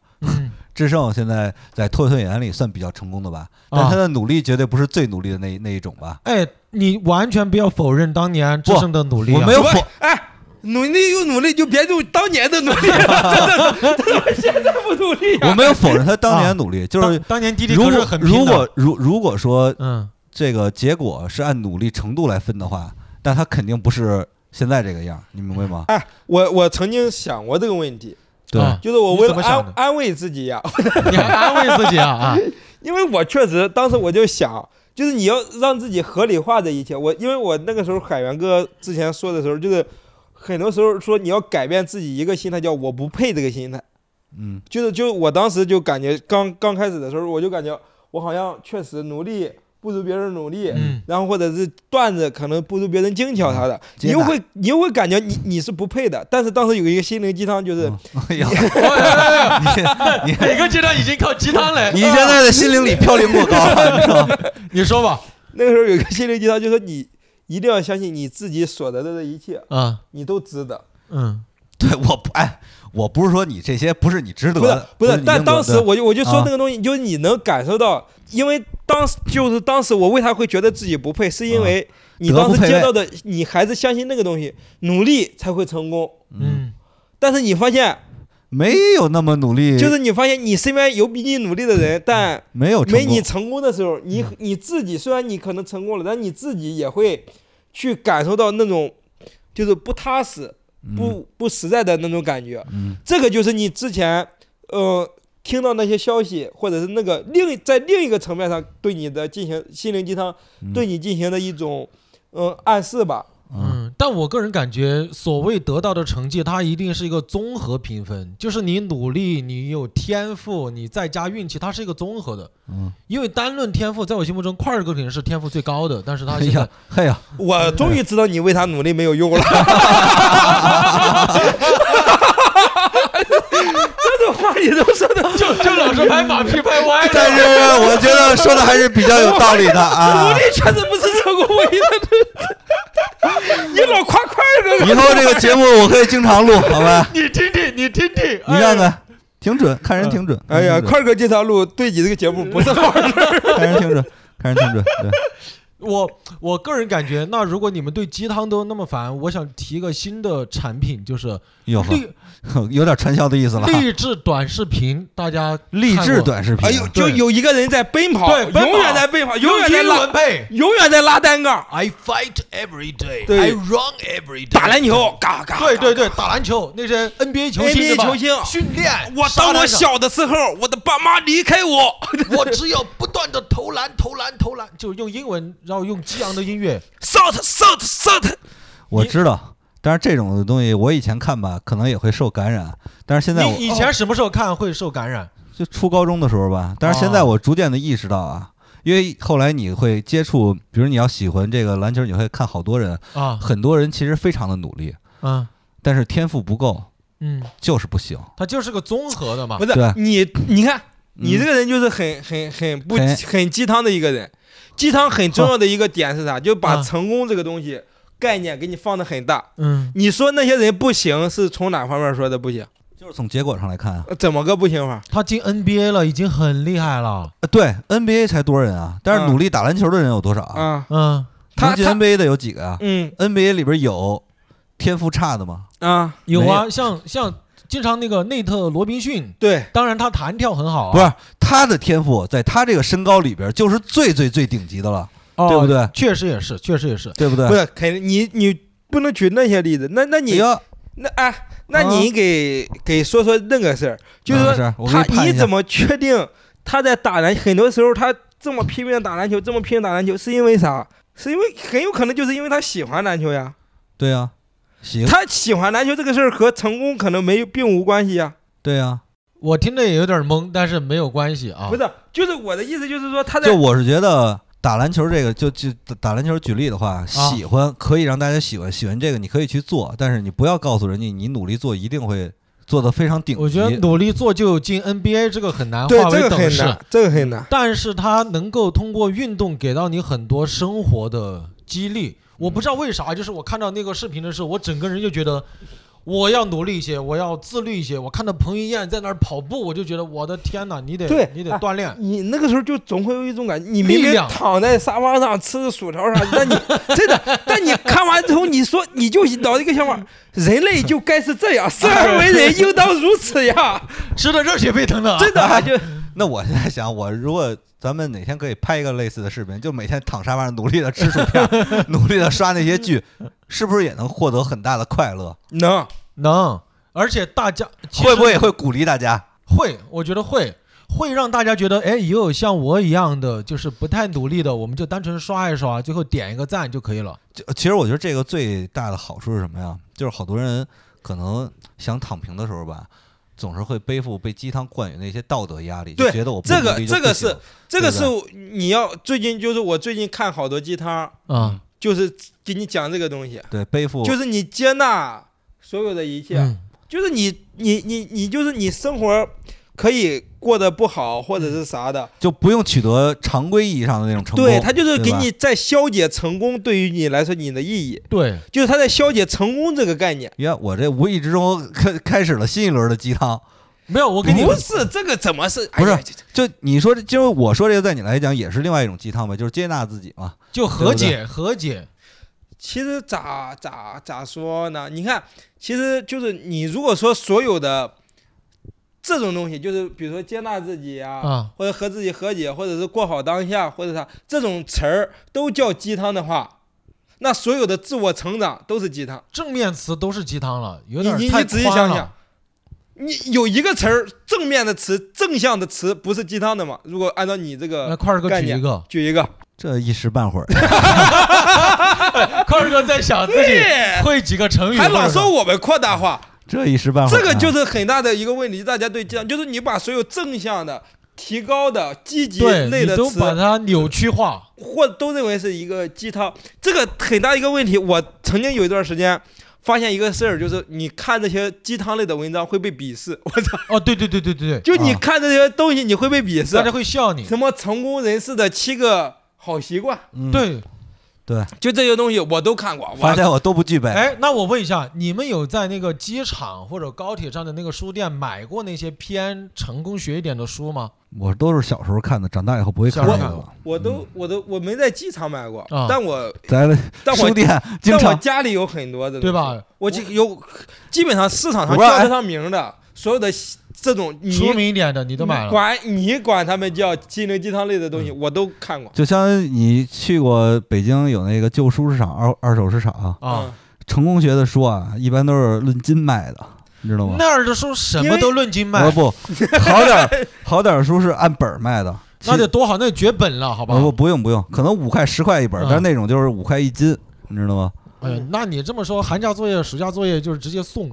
C: 智胜现在在脱口秀演员里算比较成功的吧，但
D: 啊
C: 他的努力绝对不是最努力的那一那一种吧。
D: 哎，你完全不要否认当年智胜的努力、啊。
C: 我没有
A: 不
C: 否，
A: 哎，努力又努力，就别用当年的努 力了，真的，真的现在不努力啊
C: 我没有否认他当年的努力，就是
D: 哎啊当当年滴滴
C: 如
D: 可是
C: 果
D: 很拼的
C: 如果如如果说
D: 嗯，
C: 这个结果是按努力程度来分的话，那他肯定不是现在这个样儿，你明白吗？
A: 哎，我我曾经想过这个问题，
C: 对，
D: 啊
A: 就是我为了
D: 你怎么想
A: 安
D: 的
A: 安慰自己呀、
D: 你还安慰自己啊啊！
A: 因为我确实当时我就想，就是你要让自己合理化这一切。我因为我那个时候海源哥之前说的时候，就是很多时候说你要改变自己一个心态，叫我不配这个心态。
C: 嗯，
A: 就是就我当时就感觉刚刚开始的时候，我就感觉我好像确实努力不如别人努力，
D: 嗯
A: 然后或者是段子可能不如别人精巧啥的，你
C: 嗯接
A: 又
C: 纳
A: 会你又会感觉你你是不配的。但是当时有一个心灵鸡汤，就是、
C: 哎呀，你
E: 哪个阶段已经靠鸡汤了？
C: 你现在的心灵里飘零过高了，你知道吗？
D: 你说吧，
A: 那个时候有一个心灵鸡汤，就说你一定要相信你自己所得的这一切，
D: 啊
A: 你都值得。
D: 嗯
C: 对，我不哎，我不是说你这些不是你值得
A: 不是
C: 的，
A: 不
C: 是
A: 是
C: 你，
A: 但
C: 应得
A: 当时
C: 的
A: 我就我就说
C: 啊
A: 那个东西，就是你能感受到，因为当时就是当时我为啥会觉得自己不配，是因为你
C: 德啊不
A: 当时
C: 配
A: 接
C: 位
A: 到的，你还是相信那个东西，努力才会成功。
D: 嗯
A: 但是你发现，
C: 没有那么努力，
A: 就是你发现你身边有比你努力的人，但
C: 没有成
A: 没你
C: 功嗯
A: 成功的时候，你你自己虽然你可能成功了，但你自己也会去感受到那种就是不踏实、不不实在的那种感觉。
C: 嗯
A: 这个就是你之前呃听到那些消息，或者是那个另在另一个层面上对你的进行心灵鸡汤
C: 嗯
A: 对你进行的一种嗯、呃暗示吧。
C: 嗯
D: 嗯，但我个人感觉，所谓得到的成绩，它一定是一个综合评分，就是你努力，你有天赋，你再加运气，它是一个综合的。
C: 嗯，
D: 因为单论天赋，在我心目中，块儿哥肯定是天赋最高的，但是他
C: 哎
D: 现
C: 呀
D: 在，
C: 哎呀，
A: 我终于知道你为啥努力没有用了。 这种话你都说的，
E: 就就老是拍马屁拍歪了。
C: 但是我觉得说的还是比较有道理的啊
A: 努。力确实不是成功唯一的。 你老夸快哥
C: 以
A: 哥，
C: 后这个节目我可以经常录，好吧？
E: 你听听，你听听，
C: 你
D: 哎
C: 看看，挺准，看人挺准。
A: 哎呀，
C: 看人挺
A: 快
C: 准
A: 哥这条路对你这个节目不是好事。
C: 看人挺准，看人挺准。对，
D: 我我个人感觉，那如果你们对鸡汤都那么烦，我想提一个新的产品，就是
C: 哟呵，
D: 励
C: 有点传销的意思了哈。
D: 励志短视频，大家
C: 励
D: 看
C: 志
D: 过
C: 短视 频
A: 哎
C: 啊，
A: 呦，就有一个人在奔跑，
D: 对奔跑
A: 永远在奔跑，永远在
D: 英
A: 拉
D: 文，配。
A: 永远在拉单杠，
D: I fight every day,
A: 对
D: I run every day。
A: 打篮球，嘎嘎。
D: 对对对，打篮球那些 NBA 球星
A: NBA
D: 对吧
A: 球星
D: 训练，
A: 我
D: 杀
A: 当我
D: 篮上，
A: 小的时候，我的爸妈离开我，
D: 我只有不断的投篮，投篮，投篮，就用英文，然后用激昂的音乐，
A: shoot shoot shoot，
C: 我知道。但是这种东西我以前看吧，可能也会受感染，啊但是现在我
D: 你以前什么时候看会受感染？
C: 就初高中的时候吧，但是现在
D: 哦
C: 我逐渐的意识到啊，因为后来你会接触，比如你要喜欢这个篮球，你会看好多人，
D: 啊
C: 很多人其实非常的努力，
D: 啊
C: 但是天赋不够，
D: 嗯，
C: 就是不行。
D: 它就是个综合的嘛
A: 不。是
C: 对
A: 你，你看你
C: 嗯
A: 这个人就是很很很不
C: 很
A: 很鸡汤的一个人。鸡汤很重要的一个点是啥？就把
D: 啊
A: 成功这个东西概念给你放的很大。
D: 嗯，
A: 你说那些人不行，是从哪方面说的不行？
C: 就是从结果上来看啊，
A: 呃怎么个不行法？
D: 他进 NBA 了，已经很厉害了。
C: 呃对 NBA 才多人啊，但
A: 嗯
C: 是努力打篮球的人有多少啊？
A: 啊，
D: 嗯，
A: 他
C: 能进
A: 他
C: NBA 的有几个啊
A: 嗯
C: ？NBA 里边有天赋差的吗？
A: 啊，
D: 有
C: 没
D: 啊，像像经常那个内特罗宾逊，
A: 对，
D: 当然他弹跳很好啊，
C: 不是，他的天赋在他这个身高里边就是最最最顶级的了，
D: 哦
C: 对不对
D: 确实也是，确实也是。
C: 对不对？
A: 不是肯定你你不能举那些例子。那那你
C: 哎啊呀
A: 那哎，那你给、给说说那个事儿，就是
C: 那
A: 说
C: 个事儿我给
A: 他
C: 你判一下
A: 怎么确定他在打篮？很多时候他这么拼命地打篮球，这么拼命地打篮球，是因为啥？是因为很有可能就是因为他喜欢篮球呀。
C: 对呀、行，
A: 他喜欢篮球这个事儿和成功可能没有并无关系呀。
C: 对呀、
D: 我听着也有点懵，但是没有关系啊。
A: 不是，就是我的意思就是说他在
C: 就我是觉得打篮球这个，就就打打篮球举例的
A: 啊
C: 话，喜欢可以让大家喜欢，喜欢这个你可以去做，但是你不要告诉人家你努力做一定会做的非常顶级。
D: 我觉得努力做就进 NBA 这个很难
A: 对
D: 化为
A: 这个
D: 等
A: 很
D: 式，
A: 难，这个很难。
D: 但是它能够通过运动给到你很多生活的激励。我不知道为啥，就是我看到那个视频的时候，我整个人就觉得我要努力一些，我要自律一些。我看到彭于晏在那儿跑步，我就觉得我的天哪，你得
A: 对
D: 你得
A: 哎
D: 锻炼。
A: 你那个时候就总会有一种感觉，你明明
D: 力量
A: 躺在沙发上吃着薯条啥的， 但你真的，但你看完之后，你说你就脑子一个想法，人类就该是这 样，生而为人应当如此呀，
D: 吃的热血沸腾的啊，
A: 真的 就
C: 那我现在想，我如果咱们哪天可以拍一个类似的视频，就每天躺沙发上努力的吃薯片， 努力的刷那些剧，是不是也能获得很大的快乐？
A: 能
D: 能。而且大家其实
C: 会不会也会鼓励大家？
D: 会？我觉得会，会让大家觉得，哎，也有像我一样的，就是不太努力的，我们就单纯刷一刷，最后点一个赞就可以了。
C: 就其实我觉得这个最大的好处是什么呀？就是好多人可能想躺平的时候吧，总是会背负被鸡汤灌予的一些道德压力，就
A: 对
C: 觉得我不
A: 这个
C: 努力就
A: 这个
C: 不行
A: 是这个
C: 对
A: 是你要最近就是我最近看好多鸡汤，
D: 啊，
A: 就是给你讲这个东西，
C: 对背负
A: 就是你接纳所有的一切，
D: 嗯，
A: 就是你你你你就是你生活可以过得不好或者是啥的。
C: 就不用取得常规意义上的那嗯种成功。
A: 对，他就是
C: 对
A: 给
C: 吧
A: 你在消解成功对于你来说你的意义，
D: 对，
A: 就是他在消解成功这个概念。
C: 呀，我这无意之中开开始了新一轮的鸡汤。
D: 没有，我给你
A: 不是这个怎么是？
C: 不是
A: 哎呀这这
C: 就你说这，就我说这个，在你来讲也是另外一种鸡汤吧，就是接纳自己嘛。
D: 就和
C: 对
D: 解和解，
A: 其实咋咋咋说呢？你看，其实就是你如果说所有的这种东西，就是比如说接纳自己啊，
D: 啊
A: 或者和自己和解，或者是过好当下，或者啥这种词儿都叫鸡汤的话，那所有的自我成长都是鸡汤。
D: 正面词都是鸡汤了，有
A: 你
D: 点
A: 你
D: 太
A: 你仔细
D: 宽
A: 想
D: 了
A: 想，，你有一个词儿正面的词、正向的词不是鸡汤的吗？如果按照你这
D: 那
A: 个
D: 块儿哥
A: 概
D: 举一
A: 念
D: 个，
A: 举一个，
C: 这一时半会儿，
D: 块儿哥在想自 己
A: 对
D: 会几个成语，
A: 哎还老
D: 或者
A: 说我们扩大化，
C: 这一时半会儿
A: 这
C: 啊，
A: 个就是很大的一个问题。大家对鸡汤，就是你把所有正向的、提高的、积极
D: 对，
A: 类
D: 你
A: 的
D: 都把
A: 词，
D: 它扭曲化，
A: 或都认为是一个鸡汤，这个很大一个问题。我曾经有一段时间。发现一个事儿，就是你看这些鸡汤类的文章会被鄙视，我操！
D: 哦，对对对 对对，
A: 就你
C: 啊
A: 看这些东西，你会被鄙视
D: 大。家会笑你，
A: 什么成功人士的七个好习惯，
C: 嗯
D: 对，
C: 对，
A: 就这些东西我都看过。
C: 发
A: 我
C: 现我都不具备。
D: 哎，那我问一下，你们有在那个机场或者高铁上的那个书店买过那些偏成功学一点的书吗？
C: 我都是小时候看的，长大以后不会看
D: 小
C: 这
D: 时候
C: 个
D: 看
C: 了。
A: 我都我都我没在机场买过
D: 啊，
A: 但我
C: 咱们
A: 但
C: 书
A: 我
C: 店经
A: 但我
C: 常
A: 家里有很多的，
D: 对？吧？
A: 我记有基本上市场
C: 我
A: 上
C: 不知道
A: 叫
C: 哎
A: 得上名的所有的这种你
D: 出名一点的你都买了，
A: 管你管他们叫心灵鸡汤类的东西，我都看过
C: 就相当于你去过北京有那个旧书市场、二二手市场，
D: 啊，。
C: 成功学的书啊，一般都是论斤卖的，你知道吗？
D: 那儿的书什
A: 嗯因
D: 么
A: 为
D: 都论斤
C: 我
D: 卖，
C: 说不，好点儿 好点儿书是按本儿卖的，
D: 那得多好，那得绝本了，好吧
C: 不？不不用不用，可能五块十块一本儿，
D: 嗯
C: 但是那种就是五块一斤，你知道吗？
D: 哎呀，那你这么说，寒假作业、暑假作业就是直接送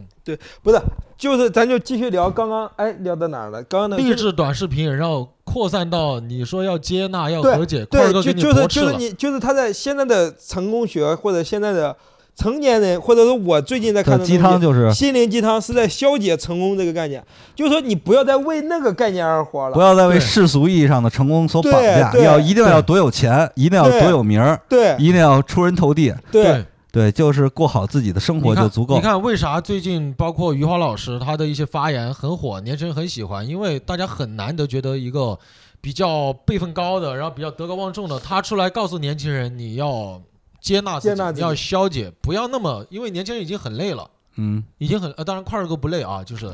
A: 不是，就是咱就继续聊刚刚，哎，聊到哪儿了？刚刚的
D: 励志短视频，然后扩散到你说要接纳、要
A: 对
D: 和解，块
A: 对
D: 儿，
A: 就
D: 哥给你
A: 就是
D: 驳
A: 就
D: 斥
A: 是
D: 了。
A: 你就是他在现在的成功学或者现在的成年人，或者说我最近在看
C: 这
A: 的
C: 鸡
A: 东西
C: 汤就是
A: 心灵鸡汤是在消解成功这个概念，就是说你不要再为那个概念而活
C: 不
A: 了。
C: 要再为
D: 对
C: 世俗意义上的成功所绑架，
A: 对对
C: 要一定要多有钱，一定要
A: 对
C: 多有名儿，
A: 对
C: 一定要出人头地。
A: 对，
C: 对，就是过好自己的生
D: 你
C: 活
D: 看
C: 就足够
D: 你。看为啥最近包括余华老师他的一些发言很火，年轻人很喜欢，因为大家很难得觉得一个比较辈分高的，然后比较德高望重的，他出来告诉年轻人你要接纳自己，
A: 接纳自己
D: 你要消解，不要那么，因为年轻人已经很累了。
C: 嗯，
D: 已经很呃，当然块儿哥不累啊， 就是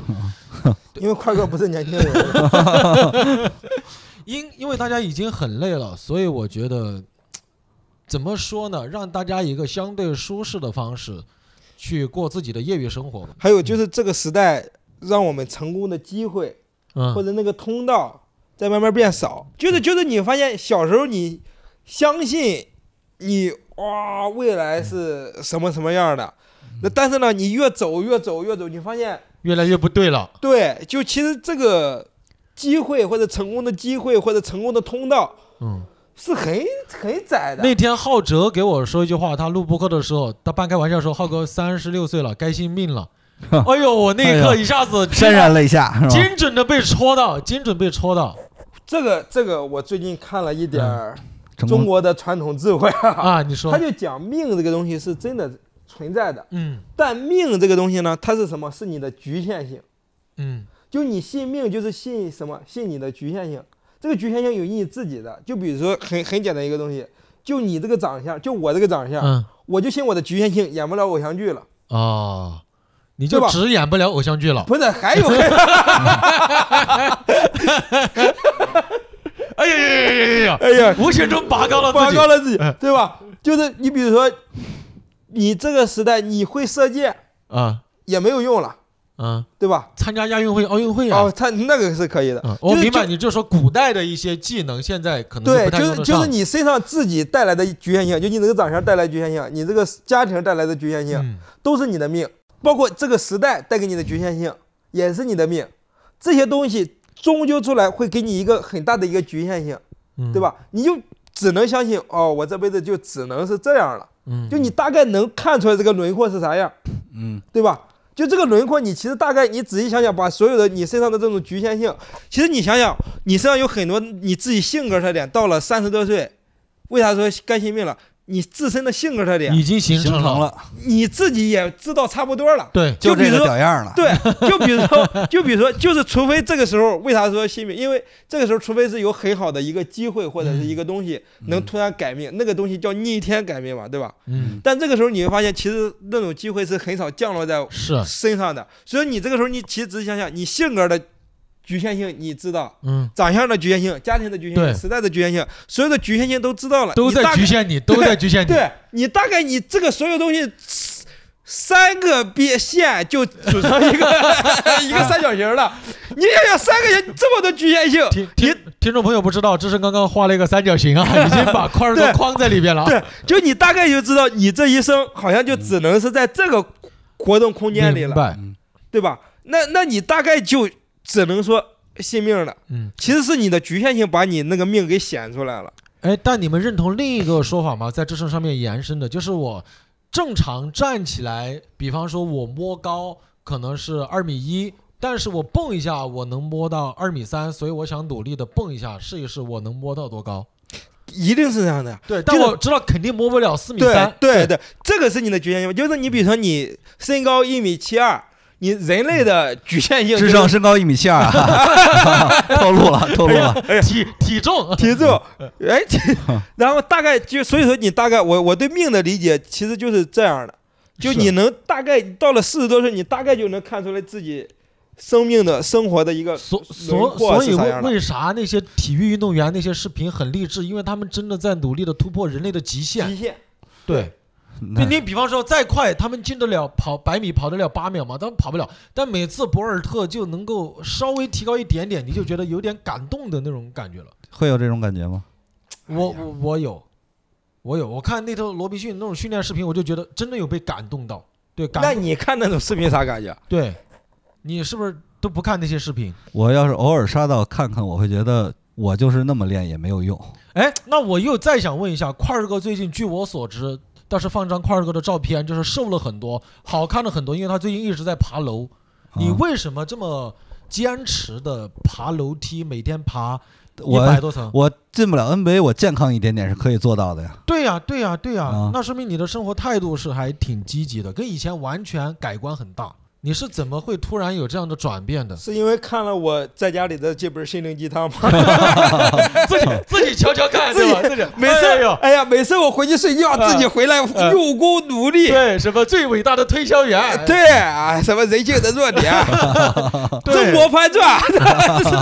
A: 因为快哥不是年轻人，
D: 因因为大家已经很累了，所以我觉得怎么说呢，让大家一个相对舒适的方式去过自己的业余生活吧。
A: 还有就是这个时代让我们成功的机会
D: 嗯，
A: 或者那个通道在慢慢变少，就是就是你发现小时候你相信你哇未来是什么什么样的，
D: 嗯
A: 那但是呢你越走越走越走，你发现。
D: 越来越不对了。
A: 对，就其实这个机会或者成功的机会或者成功的通道
D: 嗯。
A: 是很很窄的。
D: 那天浩哲给我说一句话，他录播客的时候，他半开玩笑说：“浩哥三十六岁了，该信 命了。”哎呦，我那一刻
C: 哎呦
D: 一下子
C: 潸然泪下是吧？
D: 精准的被戳到，精准被戳 到
A: 这个这个，我最近看了一点儿
D: 嗯
C: 成
A: 中
C: 功
A: 国的传统智慧啊，
D: 啊！你说
A: 他就讲命这个东西是真的存在的。
D: 嗯
A: 但命这个东西呢，它是什么？是你的局限性。
D: 嗯
A: 就你信命，就是信什么？信你的局限性。这个局限性有你自己的。就比如说很很简单一个东西，就你这个长相，就我这个长相，
D: 嗯
A: 我就信我的局限性，演不了偶像剧 了。
D: 哦，你
A: 对
D: 就
A: 吧
D: 只演不了偶像剧了。
A: 不是，还有
D: 哎呀呀呀呀呀！
A: 哎呀，
D: 无形中拔高了
A: 拔
D: 自己
A: 高。了 自己，对吧？就是你比如说，你这个时代你会射箭
D: 啊
A: 也没有用了，
D: 啊！
A: 对吧？
D: 参加亚运会、奥运会啊
A: 哦，！他那个是可以的，
D: 啊
A: 就
D: 我
A: 是
D: 明白，
A: 就
D: 你就说古代的一些技能，现在可能
A: 对，
D: 嗯不太
A: 就
D: 用
A: 是
D: 得
A: 就是
D: 上。
A: 你身上自己带来的局限性，就你这个长相带来的局限性，你这个家庭带来的局限性，
D: 嗯
A: 都是你的命，包括这个时代带给你的局限性，也是你的命，这些东西终究出来会给你一个很大的一个局限性，
D: 嗯
A: 对？吧？你就只能相信哦，我这辈子就只能是这样了，
D: 嗯，
A: 就你大概能看出来这个轮廓是啥样，
C: 嗯，
A: 对吧？就这个轮廓，你其实大概你仔细想想，把所有的你身上的这种局限性，其实你想想，你身上有很多你自己性格特点，到了三十多岁，为啥说该信命了？你自身的性格特点，
D: 已经形
C: 形成
D: 了。
C: 了，
A: 你自己也知道差不多了。
D: 对，
A: 就
C: 就
A: 比
C: 这
A: 如
C: 个
A: 说
C: 屌样了。
A: 对，就比如说，就比如说，就是除非这个时候，为啥说惜命？因为这个时候，除非是有很好的一个机会或者是一个东西能突然改命，那个东西叫逆天改命嘛，对吧？
D: 嗯，
A: 但这个时候你会发现，其实那种机会是很少降落在
D: 是，
A: 身上的，所以你这个时候你其实仔细想想，你性格的局限性你知道，
D: 嗯，
A: 长相的局限性、家庭的局限
D: 对
A: 性、时代的局限性，所有的局限性都知道了，
D: 都
A: 你大
D: 在
A: 概
D: 局限你，都在局限你。
A: 对你大概你这个所有东西，嘶三个边线就组成一个 一个三角形了。你想想，三个人这么多局限性，
D: 听听听众朋友不知道，这是刚刚画了一个三角 形啊，已经把块儿都
A: 对
D: 框在里边了啊。
A: 对，就你大概就知道，你这一生好像就只能是在这个活动空间里
D: 明
A: 了，
D: 白。
A: 对吧？那那你大概就只能说信命了。
D: 嗯，
A: 其实是你的局限性把你那个命给显出来了。
D: 哎，但你们认同另一个说法吗？在这上上面延伸的，就是我正常站起来，比方说我摸高可能是二米一，但是我蹦一下，我能摸到二米三，所以我想努力的蹦一下，试一试我能摸到多高。
A: 一定是这样的，
D: 对，但
A: 这个
D: 我知道肯定摸不了四米
A: 对
D: 三。
A: 对对，这个是你的局限性，就是你比如说你身高一米七二，你人类的局限性、就
C: 智
A: 是、
C: 商身高一米七二啊， 透露了，透露了。
D: 体体重，
A: 哎体重，哎， 这然后大概就所以说你大概我我对命的理解其实就是这样的，就是你能大概到了四十多岁，你大概就能看出来自己生命的生活的一个
D: 所
A: 轮
D: 所
A: 廓
D: 所
A: 是
D: 以
A: 啥
D: 为
A: 样的
D: 为啥那些体育运动员那些视频很励志？因为他们真的在努力的突破人类的极限
A: 极。限。
D: 对，
C: 那
D: 对你比方说再快，他们进得了跑百米跑得了八秒吗？他们跑不了。但每次博尔特就能够稍微提高一点点，你就觉得有点感动的那种感觉了。
C: 会有这种感觉吗？
D: 我我
A: 哎
D: 我有，我有，我看那头罗宾逊那种训练视频，我就觉得真的有被感动到。对，
A: 那
D: 感
A: 你 看那种视频啥感觉？？
D: 对，你是不是都不看那些视频？
C: 我要是偶尔刷到看看，我会觉得我就是那么练也没有用。
D: 哎，那我又再想问一下，块儿哥最近据我所知，倒是放张块儿哥的照片，就是瘦了很多，好看了很多，因为他最近一直在爬楼。你
C: 啊
D: 为什么这么坚持的爬楼梯，每天爬一百
C: 我
D: 多层？
C: 我进不了 NBA，我健康一点点是可以做到的呀。
D: 对呀、对呀、对呀、
C: 啊
D: 那说明你的生活态度是还挺积极的，跟以前完全改观很大。你是怎么会突然有这样的转变的
A: 是因为看了我在家里的这本心灵鸡汤吗？
D: 自己自己瞧瞧看，
A: 自
D: 对
A: 己
D: 吧？自 己
A: 每次
D: 哎呦，
A: 哎呀，每次我回去睡觉，
D: 啊
A: 自己回来
D: 啊
A: 用功努力，
D: 对什么最伟大的推销 员？
A: 对啊，什么人性的弱点，啊
D: 对
A: 中国翻转，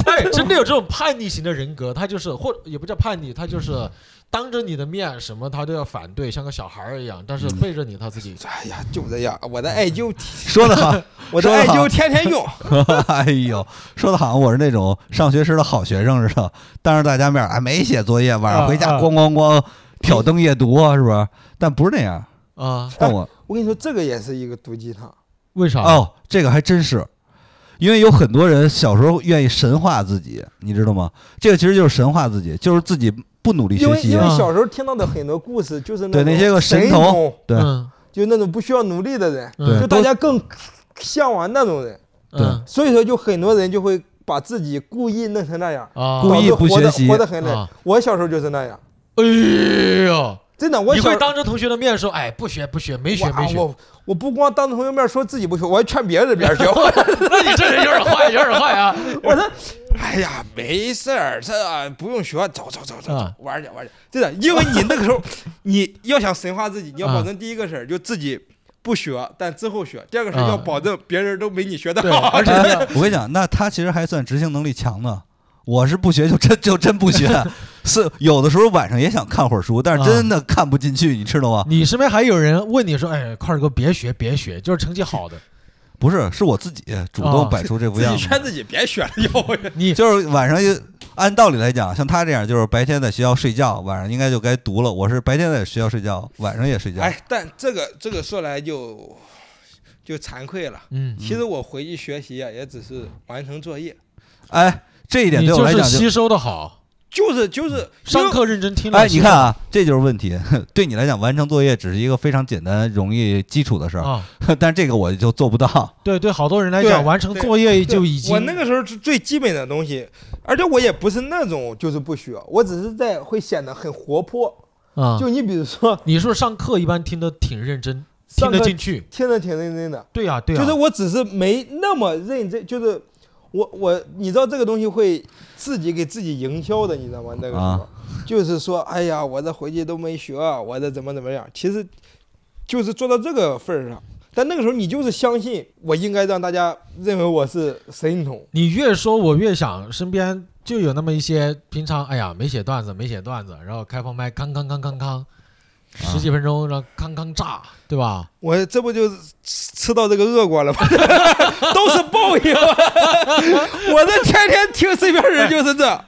D: 对， 真的有这种叛逆型的人格，他就是或也不叫叛逆，他就是当着你的面什么他都要反对，像个小孩儿一样，但是背着你他自己。
A: 哎呀，就这样，我的艾灸，
C: 说的好，
A: 我的
C: 说得
A: 艾
C: 好
A: 灸天天用，
C: 哎呦，说的好像我是那种上学时的好学生似的，当着大家面儿啊没写作业，晚上回
D: 啊
C: 家
D: 啊
C: 咣咣咣挑灯夜读啊，是不是？但不是 那样，
D: 啊，
C: 但我
A: 我跟你说，这个也是一个毒鸡汤，
D: 为啥？
C: 哦，这个还真是，因为有很多人小时候愿意神化自己，你知道吗？这个其实就是神化自己，就是自己不努力
A: 因
C: 学
A: 为
C: 习
A: 因为
C: 啊，
A: 小时候听到的很多故事就是
C: 对那
A: 种
C: 些个
A: 神
C: 神童
A: 童，
C: 对
D: 嗯，
A: 就那种不需要努力的人，
D: 嗯
A: 就大家更向往那种人，
C: 对
D: 嗯
A: 所以说就很多人就会把自己故意弄成那样，
D: 啊，
C: 故意
A: 导致
C: 不
A: 活得
C: 学习
A: 活得很累
D: 啊。
A: 我小时候就是那样，
D: 哎呦，
A: 真的，我
D: 你
A: 小
D: 会当着同学的面说，哎，不学不学，没学
A: 我啊
D: 没学。
A: 我我不光当着同学面说自己不学，我还劝别人的别人学。我
D: 那你这人有点坏， 有点坏啊！
A: 我说，哎呀，没事儿，这啊不用学，走走走走走
D: 啊，
A: 玩儿去玩儿去。真的，因为你那个时候你要想神化自己，你要保证第一个事儿就自己不学，但之后学；第二个事儿
D: 啊
A: 要保证别人都没你学的
D: 对
A: 好。
D: 而且
C: 哎我跟你讲，那他其实还算执行能力强的。我是不学就真就真不学，是有的时候晚上也想看会儿书，但是真的看不进去，你知道吗？
D: 你身边还有人问你说，哎，块儿哥别学别学，就是成绩好的，
C: 不是，是我自己主动摆出这副
A: 自
C: 样
A: 己
C: 子。
A: 劝自己别学了，以后
D: 你
C: 就是晚上就按道理来讲，像他这样，就是白天在学校睡觉，晚上应该就该读了。我是白天在学校睡觉，晚上也睡觉。
A: 哎，但这个这个说来就就惭愧了。
D: 嗯，
A: 其实我回去学习啊，也只是完成作业，
C: 哎，这一点
D: 你
C: 对我
D: 就
C: 来
D: 是
C: 讲就
D: 吸收的好，
A: 就是就是因
D: 上
A: 为
D: 课认真听了。
C: 哎，你看啊，这就是问题。 对你来讲，完成作业只是一个非常简单、容易、基础的事儿，
D: 啊，
C: 但这个我就做不到。
D: 对对，好多人来
A: 对
D: 讲，完成
A: 对
D: 作业就
A: 对
D: 已经
A: 我那个时候是最基本的东西，而且我也不是那种就是不学，我只是在会显得很活泼。
D: 啊，
A: 就你比如说
D: 你是不是上课一般听得挺认真，听
A: 上
D: 得
A: 课
D: 进去？
A: 听着挺认真的，
D: 对呀、对呀、啊
A: 就是我只是没那么认真，就是我我你知道这个东西会自己给自己营销的，你知道吗？那个时候、
C: 啊
A: 就是说，哎呀，我这回去都没学，啊我这怎么怎么样，其实就是做到这个份儿上。但那个时候你就是相信我应该让大家认为我是神童，
D: 你越说，我越想身边就有那么一些平常哎呀没写段子，没写段子，然后开放麦，康康康康康，十几分钟，然后康康炸，对吧？
A: 我这不就吃吃到这个恶 果了吗？都是报应。啊我这天天听身边人就是
D: 哎
A: 这，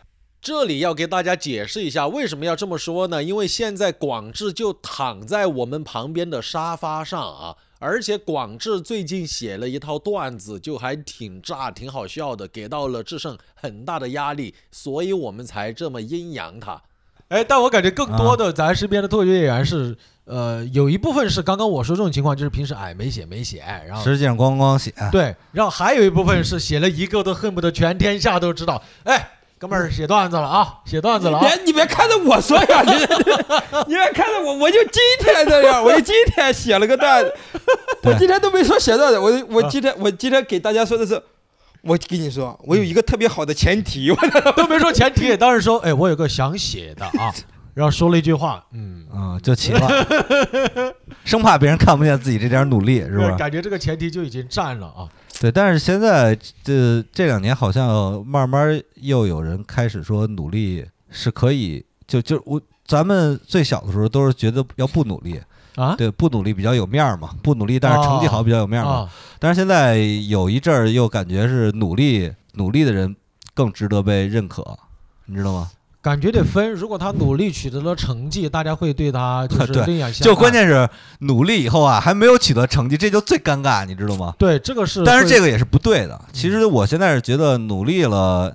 E: 这里要给大家解释一下，为什么要这么说呢？因为现在广志就躺在我们旁边的沙发上啊，而且广志最近写了一套段子，就还挺炸、挺好笑的，给到了志胜很大的压力，所以我们才这么阴阳他。啊
D: 哎，但我感觉更多的咱身边的脱口秀演员是，呃，有一部分是刚刚我说这种情况，就是平时哎没写没写，哎然后
C: 实际上，光光 写，
D: 对，然后还有一部分是写了一个都恨不得全天下都知道，哎，哥
C: 嗯
D: 们儿写段子了啊，写段子了啊
A: 别，你别看着我说 呀，你你别看着我，我就今天这样，我就今天写了个 段子，我
C: 对
A: 今天都没说写段子，我
D: 嗯
A: 我今天我今天给大家说的是，我跟你说，我有一个特别好的前提，我
D: 都没说前提，当时说，哎，我有个想写的 啊，然后说了一句话，嗯，
C: 嗯，就起了， 生怕别人看不见自己这点努力，是吧？
D: 感觉这个前提就已经占了啊，
C: 对，但是现在这这两年好像慢慢又有人开始说努力是可以，就就我咱们最小的时候都是觉得要不努力，
D: 啊
C: 对，不努力比较有面儿嘛，不努力但是成绩好比较有面儿嘛。
D: 啊，
C: 但是现在有一阵儿又感觉是努力努力的人更值得被认可，你知道吗？
D: 感觉得分，如果他努力取得了成绩，大家会对他就是
C: 对
D: 另眼相看，
C: 就关键是努力以后啊还没有取得成绩，这就最尴尬，你知道吗？
D: 对这个是会，
C: 但是这个也是不对的。其实我现在是觉得努力了，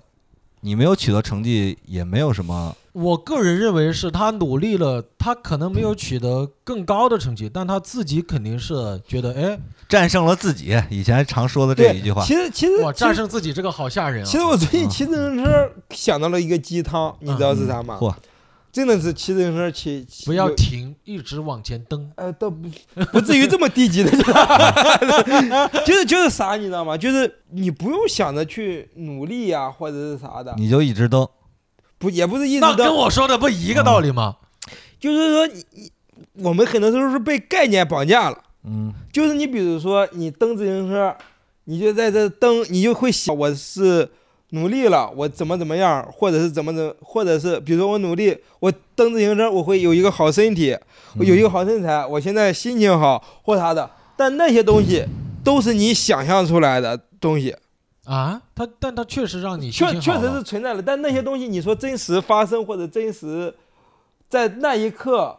C: 你没有取得成绩也没有什么。
D: 我个人认为是他努力了，他可能没有取得更高的成绩，但他自己肯定是觉得，哎，
C: 战胜了自己，以前常说的这一句话
A: 其实其实
D: 我
A: 其实
D: 战胜自己这个好吓人啊，
A: 其实我最近骑自行车想到了一个鸡汤，你知道是啥吗？
C: 嗯嚯
A: 真的是骑自行车骑，骑
D: 嗯不要
A: 有
D: 停，一直往前蹬，
A: 呃，倒不不至于这么低级的， 就是就是啥，你知道吗？就是你不用想着去努力呀、或者是啥的，
C: 你就一直蹬。
A: 不也不是一直
D: 那跟
A: 都，
D: 我说的不一个道理吗？
A: 就是说你你我们很多时候是被概念绑架了，
C: 嗯，
A: 就是你比如说你蹬自行车，你就在这蹬，你就会想我是努力了，我怎么怎么样，或者是怎么怎么，或者是比如说我努力，我蹬自行车，我会有一个好身体，我有一个好身材，我现在心情好或啥的，但那些东西都是你想象出来的东西，
D: 啊，他但他确实让你
A: 确
D: 心情
A: 确
D: 好
A: 实
D: 了
A: 是存在的，但那些东西你说真实发生或者真实，在那一刻，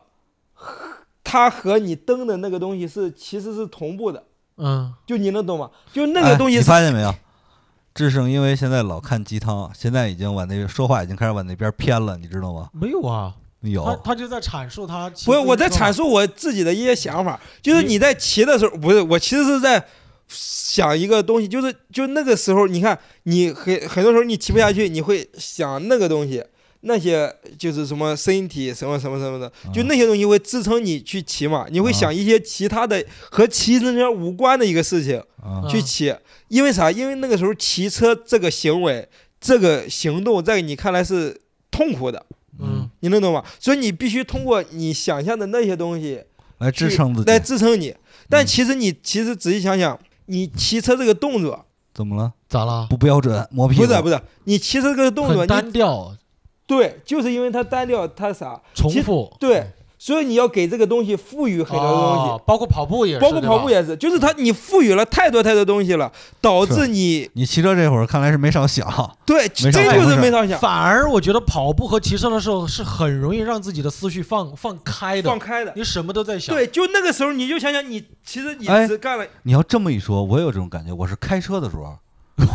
A: 它和你登的那个东西是其实是同步的，
D: 嗯，
A: 就你能懂吗？就那个东
C: 哎
A: 西
C: 你
A: 是、
C: 发现没有？智胜因为现在老看鸡汤，现在已经往那边说话已经开始往那边偏了，你知道吗？
D: 没有啊，他
C: 有，
D: 他就在阐述他其
A: 不是
D: 实
A: 我在
D: 一个
A: 阐述我自己的一些想法，就是你在骑的时候，不是我其实是在想一个东西，就是就那个时候，你看你很很多时候你骑不下去，你会想那个东西，那些就是什么身体什么什么什么的，就那些东西会支撑你去骑马，你会
C: 啊
A: 想一些其他的和骑自行车无关的一个事情
C: 啊
A: 去骑，因为啥？因为那个时候骑车这个行为、这个行动，在你看来是痛苦的，
D: 嗯，
A: 你能懂吗？所以你必须通过你想象的那些东西
C: 来支撑自
A: 去来
C: 己，嗯
A: 支撑你。但其实你其实仔细想想，你骑车这个动作
C: 怎么了？
D: 咋啦？
C: 不标准，磨屁
A: 不
C: 股
A: 是啊不是，你骑车这个动作，
D: 很
A: 你
D: 单调，
A: 对，就是因为它单调，它啥？
D: 重复。
A: 对，
C: 嗯
A: 所以你要给这个东西赋予很多东西，
D: 哦包括跑步也是，
A: 包括跑步
D: 也
A: 也是，就是它你赋予了太多太多东西了，导
C: 是
A: 致你
C: 你骑车这会儿看来是没少想，
A: 对，这
C: 没啥
A: 就是
C: 想
A: 没少想，
D: 反而我觉得跑步和骑车的时候是很容易让自己的思绪放放开的
A: 放，开的。
D: 你什么都在想。
A: 对，就那个时候你就想想你，其实你
C: 哎
A: 只干了，
C: 你要这么一说，我也有这种感觉。我是开车的时候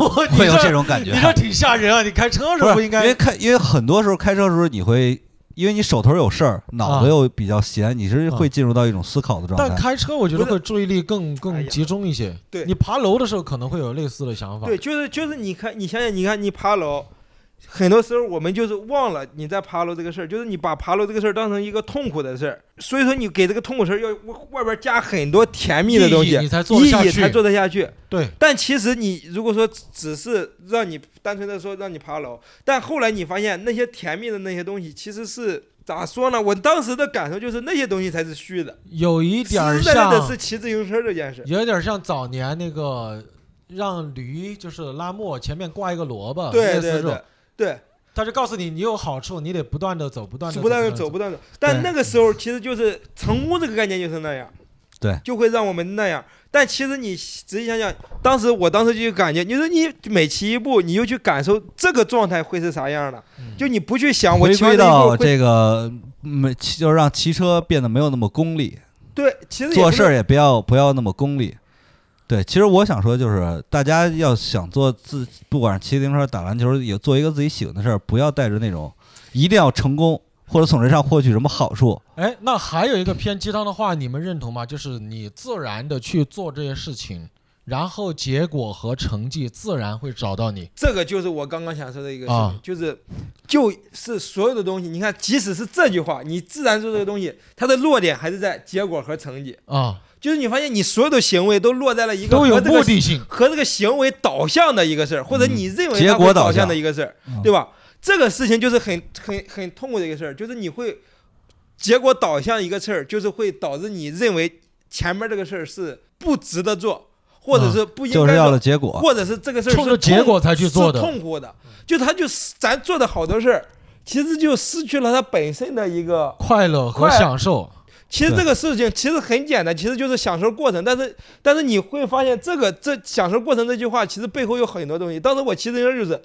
D: 我， 你
C: 会有
D: 这
C: 这种感觉，
D: 你这挺吓人啊！你开车的时候
C: 不
D: 不
C: 是
D: 应该
C: 因为开，因为很多时候开车的时候你会，因为你手头有事儿，脑子
D: 啊
C: 又比较闲，你是
D: 啊
C: 会进入到一种思考的状
D: 但
C: 态。
D: 开车我觉得
A: 不是
D: 会注意力更
A: 哎
D: 更
A: 呀
D: 集中一些。
A: 对
D: 你爬楼的时候可能会有类似的想法。
A: 对，就是就是你看，你想想，你看你爬楼，很多时候我们就是忘了你在爬楼这个事儿，就是你把爬楼这个事儿当成一个痛苦的事儿，所以说你给这个痛苦事儿要外边加很多甜蜜的东西，
D: 意义你才做得下
A: 意义
D: 去
A: 才做得下去。
D: 对
A: 但其实你如果说只是让你单纯的说让你爬楼，但后来你发现那些甜蜜的那些东西其实是咋说呢？我当时的感受就是那些东西才是虚的，
D: 有一
A: 实实
D: 点儿
A: 在在的
D: 像
A: 是，骑自行车这件事。
D: 有一点儿像早年那个让驴就是拉磨，前面挂一个萝卜，类
A: 对
D: 似这
A: 对
D: 种
A: 对。对，
D: 他就告诉你，你有好处，你得不断的走，不断的
A: 不断的走，不断的走。但那个时候其实就是成功这个概念就是那样，
C: 对，
A: 就会让我们那样。但其实你仔细想想，当时我当时就感觉，你说你每骑一步，你就去感受这个状态会是啥样的，
D: 嗯
A: 就你不去想我
C: 回
A: 骑完
C: 归
A: 这一步
C: 到
A: 会
C: 这个，没骑就是让骑车变得没有那么功利，
A: 对，其实也
C: 做
A: 不是
C: 事儿也不要不要那么功利。对，其实我想说，就是大家要想做自，不管是骑自行车、打篮球，也做一个自己喜欢的事儿，不要带着那种一定要成功或者从这上获取什么好处。
D: 哎，那还有一个偏鸡汤的话，你们认同吗？就是你自然的去做这些事情，然后结果和成绩自然会找到你。
A: 这个就是我刚刚想说的一个事情，
D: 啊
A: 就是就是所有的东西，你看，即使是这句话，你自然做这个东西，它的落点还是在结果和成绩，
D: 啊，
A: 就是你发现你所有的行为都落在了一个
D: 都有
A: 和这个
D: 目的性。
A: 和这个行为导向的一个事儿，或者你认为
C: 嗯结
A: 它
C: 果
A: 会
C: 导
A: 导
C: 向
A: 向的一个事儿，
C: 嗯
A: 对吧？这个事情就是很很很痛苦的一个事儿，就是你会结果导向一个事儿，就是会导致你认为前面这个事儿是不值得做，或者是不应该
C: 嗯就
A: 做、
C: 是要了结果，
A: 或者是这个事儿是
D: 冲着
A: 痛
D: 结果才去做的
A: 是痛苦的，就他就是咱做的好多事儿，其实就失去了它本身的一个。
D: 快乐和
A: 快
D: 享受，
A: 其实这个事情其实很简单，其实就是享受过程。但是但是你会发现，这个这享受过程这句话其实背后有很多东西。当时我骑自行车就是，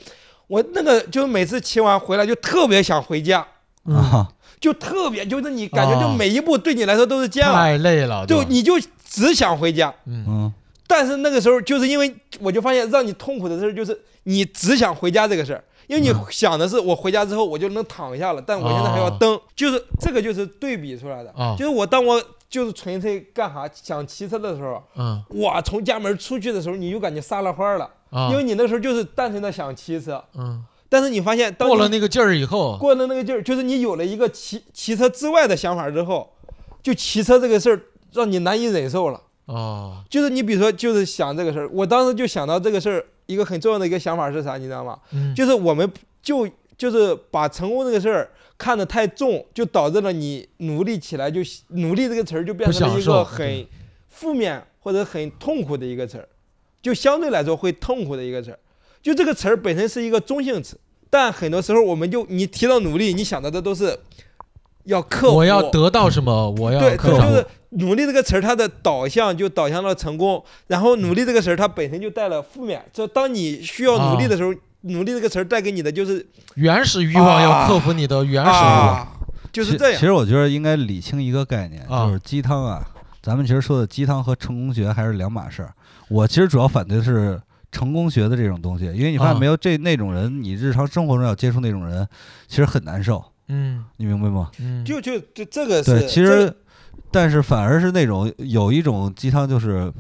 A: 我那个就是每次骑完回来就特别想回家，
D: 嗯，
C: 啊，
A: 就特别就是你感觉
D: 啊
A: 就每一步对你来说都是煎熬，
D: 太累了，
A: 就
D: 对吧
A: 你就只想回家。
D: 嗯，
C: 嗯，
A: 但是那个时候，就是因为我就发现让你痛苦的事儿，就是你只想回家这个事儿，因为你
D: 嗯
A: 想的是我回家之后我就能躺下了，但我现在还要蹬，就是这个就是对比出来的。
D: 啊
A: 就是我当我就是纯粹干啥想骑车的时候，
D: 嗯
A: 哇，从家门出去的时候，你就感觉撒了欢儿了，
D: 啊
A: 因，为你那时候就是单纯的想骑车，
D: 嗯，
A: 但是你发现当
D: 过了
A: 你
D: 那个劲儿以后，
A: 过了那个劲儿，就是你有了一个骑骑车之外的想法之后，就骑车这个事儿让你难以忍受了。
D: 哦，
A: 就是你比如说，就是想这个事儿，我当时就想到这个事儿，一个很重要的一个想法是啥，你知道吗？
D: 嗯，
A: 就是我们就就是把成功这个事儿看得太重，就导致了你努力起来就努力这个词儿就变成了一
D: 不享受
A: 个很负面或者很痛苦的一个词儿，就相对来说会痛苦的一个词儿。就这个词儿本身是一个中性词，但很多时候我们就你提到努力，你想到的都是要克服，
D: 我要得到什么，我要
A: 对，
D: 克
A: 就
D: 服，
A: 是努力这个词儿，它的导向就导向了成功，然后努力这个词儿，它本身就带了负面。就当你需要努力的
C: 啊
A: 时候，努力这个词儿带给你的就是
D: 原始欲望要
A: 啊
D: 克服你的原始欲望。
A: 啊，就是
C: 其
A: 这
C: 其
A: 样。
C: 实我觉得应该理清一个概念，
D: 啊
C: 就是鸡汤啊。咱们其实说的鸡汤和成功学还是两码事儿。我其实主要反对的是成功学的这种东西，因为你发现
D: 啊
C: 没有，这那种人，你日常生活中要接触那种人，其实很难受，
D: 嗯
C: 你明白吗？
D: 嗯，
A: 就就就这个是
C: 对，其
A: 这个
C: 实，但是反而是那种有一种鸡汤，就是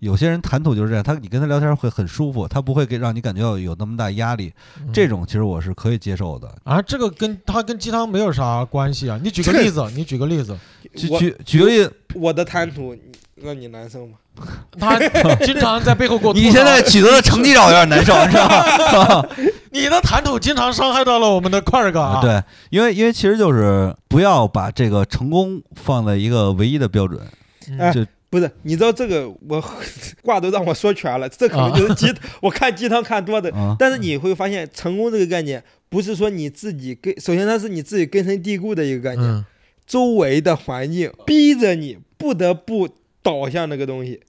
C: 有些人谈吐就是这样，他你跟他聊天会很舒服，他不会给让你感觉到有那么大压力。这种其实我是可以接受的。
D: 嗯啊，这个跟它跟鸡汤没有啥关系啊。你举个例子，你举个例子，
C: 举
A: 我
C: 举举个例，子，
A: 我的贪图让你难受吗？
D: 他经常在背后给我吐槽。
C: 你现在取得的成绩让我有点难受，你知道吗？
D: 你的谈吐经常伤害到了我们的块儿哥啊。
C: 啊，，对，因为因为其实就是不要把这个成功放在一个唯一的标准。
D: 嗯
A: 哎
C: 这
A: 不是，你知道这个我 话都让我说全了，这可能就是鸡，我看鸡汤看多的。
C: 啊，
A: 但是你会发现，成功这个概念不是说你自己根，首先它是你自己根深蒂固的一个概念，
D: 嗯，
A: 周围的环境逼着你不得不倒向那个东西。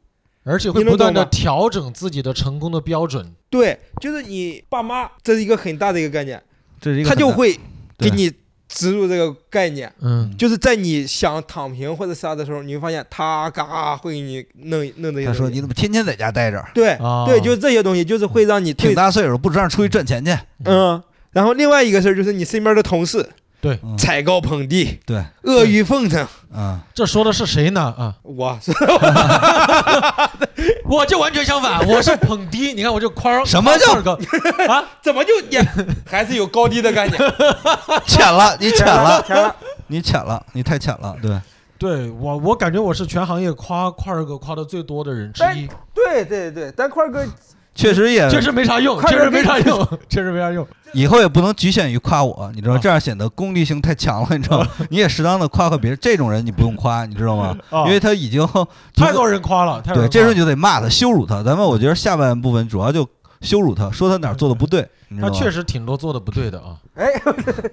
D: 而且会
A: 你能
D: 不断
A: 懂
D: 的
A: 吗
D: 调整自己的成功的标准。
A: 对，就是你爸妈，这是一个很大的一个概念，
C: 这是一个
A: 他
C: 很
A: 就
C: 大
A: 会给
C: 对
A: 你植入这个概念。
D: 嗯
A: 就是在你想躺平或者啥的时候，你会发现他嘎会给你弄弄这些东西。
C: 他说你怎么天天在家待着？
A: 对、
D: 啊
A: 对，就是这些东西，就是会让你
C: 挺
A: 对
C: 大岁数，不知道出去赚钱去。
A: 嗯。然后另外一个事儿就是你身边的同事
C: 嗯
A: 踩高捧低、
C: 对，
A: 阿谀奉承。
C: 啊，
D: 这说的是谁呢？啊，
A: 我是
D: 我就完全相反，我是捧低，你看我就框
C: 什么叫
D: 框块儿哥啊？
A: 怎么就也还是有高低的概念？
C: 浅了，你浅了，
A: 钱了，
C: 你浅了，你太浅了。对，
D: 对我，我感觉我是全行业夸块儿哥夸的最多的人之一，
A: 对对对，但块儿哥
C: 确实也
D: 确实没啥用，
A: 块
D: 确
A: 儿
D: 实
A: 哥
D: 没啥用，确实没啥用。
C: 以后也不能局限于夸我，你知道
D: 啊
C: 吗，这样显得功利性太强了，你知道 吗？你也适当的夸夸别人，这种人你不用夸，你知道吗？
D: 啊
C: 因为他已经
D: 太多人夸了，太多
C: 对，
D: 人
C: 这时
D: 夸
C: 候
D: 了
C: 你就得骂他，羞辱他。咱们我觉得下半部分主要就羞辱他，说他哪儿做的不对，你知道
D: 他
C: 吗？
D: 确实挺多做的不对的啊，
A: 哎，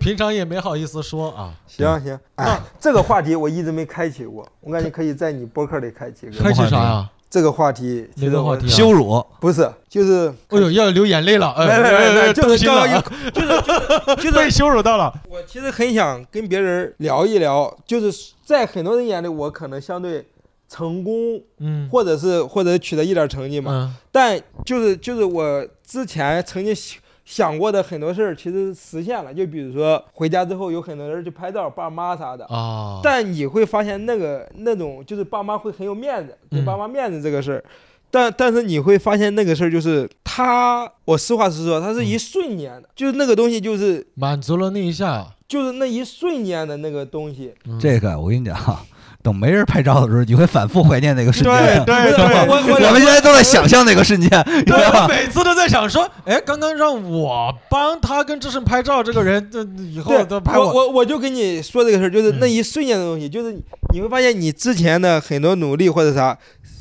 D: 平常也没好意思说啊。
A: 行行，哎，这个话题我一直没开启过，我感觉可以在你播客里开启一
C: 什
A: 个。
C: 么
D: 开启
C: 话题
D: 啥啊呀？
A: 这个话题，
D: 哪个话题啊
C: 羞辱，
A: 不是，就是
D: 哎呦，要流眼泪了，哎，
A: 没没没
D: 哎哎
A: 没，就是
D: 动
A: 刚
D: 心
A: 刚
D: 了
A: 有
D: 啊，
A: 就是就是
D: 被羞辱到了。
A: 我其实很想跟别人聊一聊，就是在很多人眼里，我可能相对成功，
D: 嗯
A: 或者是或者取得一点成绩嘛。
D: 嗯
A: 但就是就是我之前曾经想想过的很多事儿，其实实现了。就比如说回家之后，有很多人去拍照，爸妈啥的。
D: 啊，
A: 但你会发现，那个那种就是爸妈会很有面子，给
D: 嗯
A: 爸妈面子这个事儿。但但是你会发现那个事儿就是他，我实话实说，他
D: 嗯
A: 是一瞬间的，就是那个东西就是
D: 满足了那一下，
A: 就是那一瞬间的那个东西。
D: 嗯
C: 这个我跟你讲啊，等没人拍照的时候，你会反复怀念那个瞬间。
D: 对
A: 不是
D: 对
A: 我我
C: 我们现在都在想象那个瞬间，你知
D: 对，
C: 道
D: 我
C: 吧？
D: 每次都在想说，哎，刚刚让我帮他跟志胜拍照，这个人，这以后
A: 对，
D: 都拍
A: 我我我就跟你说这个事儿，就是
D: 嗯
A: 那一瞬间的东西，就是你你会发现你之前的很多努力或者啥，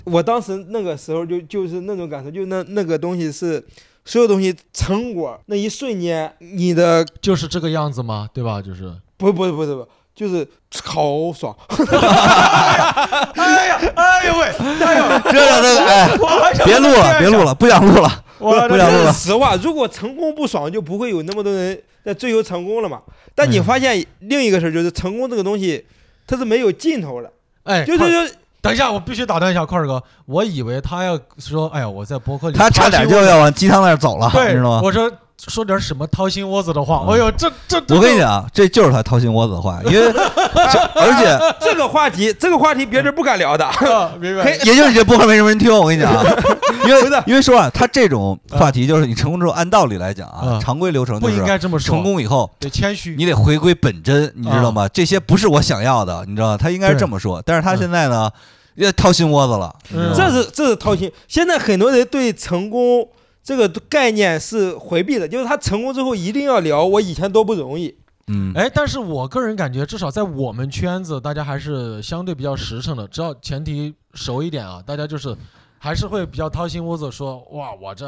A: 我当时那个时候就就是那种感受，就那那个东西是所有东西成果那一瞬间，你的
D: 就是这个样子吗？对吧？就是，
A: 不不不是不就是好爽，
D: 哎呀，哎呦喂，哎呦，
C: 这让他哎，
D: 我还想
C: 别录了，别录了，不想录了。
D: 我
C: 不
A: 这
C: 想录了
A: 是实话。如果成功不爽，就不会有那么多人在追求成功了嘛。但你
D: 嗯
A: 发现另一个事儿就是成功这个东西，它是没有尽头的，
D: 哎，
A: 就
D: 块
A: 就
D: 儿
A: 就
D: 等一下，我必须打断一下块儿哥，我以为他要说，哎呀，我在博客里
C: 他差点就要往鸡汤那儿走了，
D: 掏心窝
C: 你
D: 对，
C: 知道吗？
D: 我说说点什么掏心窝子的话，
C: 嗯
D: 哎呦，这这，这
C: 我跟你，讲，这就是他掏心窝子的话，因 为这而且
A: 这个话题，这个话题别人不敢聊的。
D: 这啊 明白
A: 嘿
C: 也就是你这播客没什么人听。我跟你 讲啊，
A: 不
C: 因为
A: 是
C: 因为说啊，他这种话题就是你成功之后，按道理来讲啊
D: 嗯，
C: 常规流程
D: 不
C: 就
D: 应
C: 是
D: 该这么说，
C: 成功以后。
D: 得谦虚，
C: 你得回归本真，你知道
D: 嗯
C: 吗？这些不是我想要的，你知道吗？他应该是这么说，但是他现在呢，也掏心窝子了，你知道
D: 嗯
C: 吗
A: 这是这是掏心。现在 很多人对成功这个概念是回避的，就是他成功之后一定要聊我以前多不容易。
C: 嗯，
D: 哎，但是我个人感觉，至少在我们圈子，大家还是相对比较实诚的，只要前提熟一点啊，大家就是还是会比较掏心窝子说，哇，我这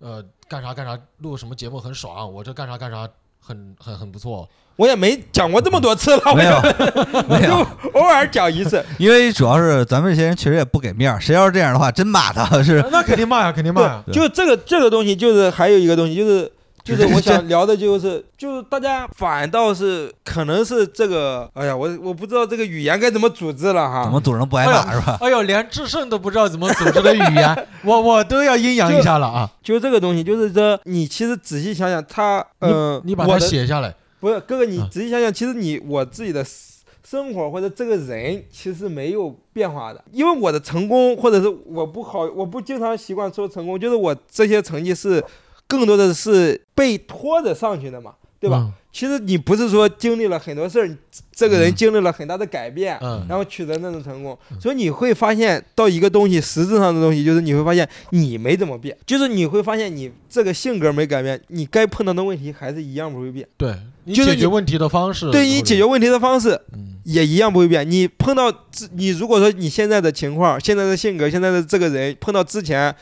D: 呃干啥干啥，录什么节目很爽，我这干啥干啥很很很不错。
A: 我也没讲过这么多次了，
D: 哎
A: 我
C: 没
A: 就
C: 有
A: 我
C: 没有，
A: 就偶尔讲一 次。
C: 因为主要是咱们这些人确实也不给面儿，谁要是这样的话，真骂他是
D: 那肯定骂呀，肯定骂呀。
A: 对，就这个这个东西，就是还有一个东西，就是就是
C: 这
A: 我想聊的，就是就是大家反倒是可能是这个，哎呀，我我不知道这个语言该怎么组织了哈。
C: 怎么组成不挨
D: 哎呀
C: 骂是吧？
D: 哎呦，连智胜都不知道怎么组织的语 言，我我都要阴阳一下了啊！
A: 就这个东西，就是这你其实仔细想想，他嗯、呃
D: 你把
A: 我
D: 它
A: 的
D: 写下来。
A: 不是哥哥，你
D: 啊
A: 仔细想想，其实你我自己的思生活或者这个人其实没有变化的，因为我的成功或者是我不考，我不经常习惯说成功，就是我这些成绩是更多的是被拖着上去的嘛，对吧？
D: 嗯
A: 其实你不是说经历了很多事儿，你这个
C: 嗯
A: 人经历了很大的改变，
C: 啊
D: 嗯
A: 然后取得那种成功，所以你会发现到一个东西实质上的东西，就是你会发现你没怎么变，就是你会发现你这个性格没改变，你该碰到的问题还是
C: 嗯
A: 一样不会变，
D: 对你
A: 就是
D: 解决
A: 你
D: 问题的方式，
A: 对你
D: 或者
A: 解决问题的方式
D: 嗯
A: 也一样不会变。你碰到自你如果说你现在的情况、现在的性格、现在的这个人，碰到之前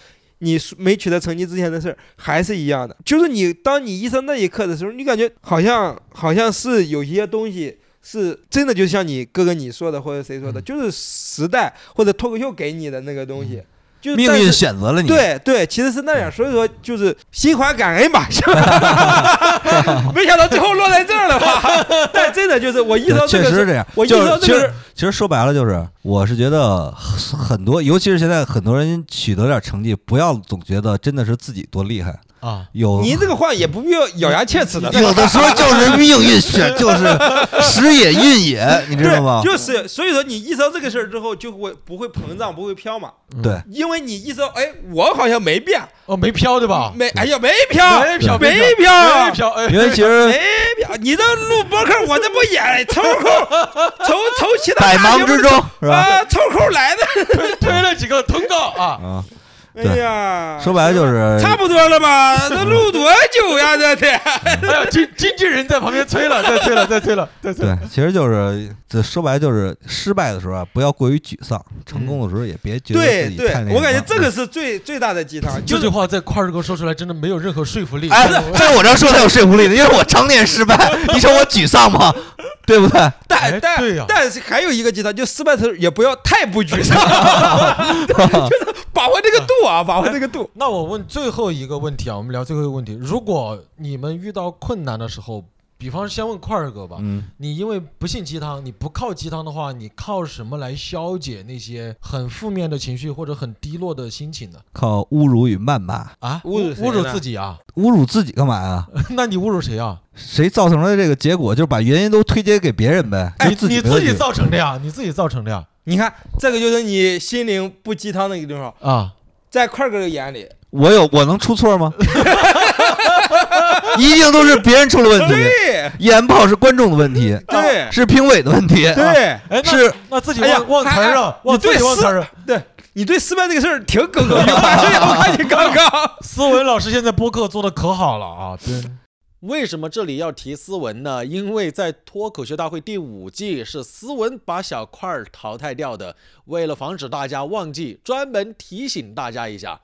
A: 你没取得成绩之前的事儿，还是一样的。就是你当你意识到那一刻的时候，你感觉好像好像是有一些东西。是真的，就像你哥哥你说的，或者谁说的，就是时代或者脱口秀给你的那个东西，就是
C: 嗯命
A: 但
C: 运
A: 是
C: 选择了你，
A: 对对，其实是那
C: 嗯
A: 样，所以说就是心怀感恩吧，是吧？ 没想到最后落在这儿了吧？ 但真的就是我意识
C: 对，
A: 到这
C: 确
A: 个
C: 实是
A: 是，
C: 这样。
A: 我意识
C: 就是
A: 到
C: 其
A: 这个
C: 实
A: 是，
C: 其实说白了就是，我是觉得很很多，尤其是现在很多人取得点成绩，不要总觉得真的是自己多厉害，
D: 啊，
C: 有
A: 您这个话也不必要咬牙切齿的。
C: 有的时候就是命运选，就是时也运也，你知道吗
A: 对，？就是所以说你意识到这个事儿之后，就会不会膨胀，不会飘嘛？
C: 对，
A: 因为你意识到，哎，我好像没变，
D: 哦，没飘对吧？
A: 没，哎呀，没飘，
D: 没飘
A: 没
D: 没
A: 飘，
D: 没飘，哎，
C: 因为其实
A: 没飘。你这录播客，我这不也抽空从从其他
C: 百
A: 大节
C: 忙
A: 目
C: 之中是吧？
A: 啊抽空来的？
D: 推推了几个通告啊，
C: 啊，
A: 哎
C: 对
A: 呀，
C: 说白了就是
A: 差不多了 吧？这录多久呀？这得
D: 哎呀，经经纪人在旁边催了，再催了，再催了，再 催了。
C: 对，其实就是这说白了就是失败的时候啊，不要过于沮丧，成功的时候也别觉得
A: 嗯对
C: 自己
A: 对
C: 太那，个
A: 我感觉
C: 了嗯
A: 这个是最最大的鸡汤，就
D: 这句
A: 是
D: 话在块儿哥说出来，真的没有任何说服力。
C: 哎，在我这儿说才有说服力呢，因为我常年失败，你说我沮丧吗？对不对？
A: 但
D: 哎
A: 但
D: 对呀
A: 但是还有一个鸡汤，就失败的时候也不要太不沮 丧，就是把握这个度啊，把握这个度。
D: 那我问最后一个问题啊，我们聊最后一个问题。如果你们遇到困难的时候，比方先问块儿哥吧，
C: 嗯，
D: 你因为不信鸡汤，你不靠鸡汤的话，你靠什么来消解那些很负面的情绪或者很低落的心情呢？
C: 靠侮辱与谩骂，
D: 啊，
A: 侮辱谁
D: 侮辱
A: 呢
D: 自己啊？
C: 侮辱自己干嘛呀？
D: 那你侮辱谁啊？
C: 谁造成了这个结果，就是把原因都推荐给别人呗。
A: 哎
D: 你
C: 就自己
D: 你
C: 没问
D: 自
C: 题
D: 己造成的呀，你自己造成的呀
A: 你看，这个就是你心灵不鸡汤的一个地方，
D: 啊！
A: 在块儿哥的眼里，
C: 我有我能出错吗？ 一定都是别人出了问题，
A: 对
C: 演不好是观众的问题，
A: 对
C: 是评委的问题，啊
A: 对
D: 哎，那
C: 是
D: 那自己
A: 哎呀
D: 忘忘词儿
A: 还
D: 了
A: 还，
D: 忘
A: 你对
D: 自己忘
A: 思
D: 词儿了。
A: 对，你对失败这个事儿挺耿耿于 怀的呀，我看你刚刚。
D: 思文老师现在播客做的可好了啊，对，
E: 为什么这里要提斯文呢？因为在脱口秀大会第五季是斯文把小块儿淘汰掉的。为了防止大家忘记，专门提醒大家一下。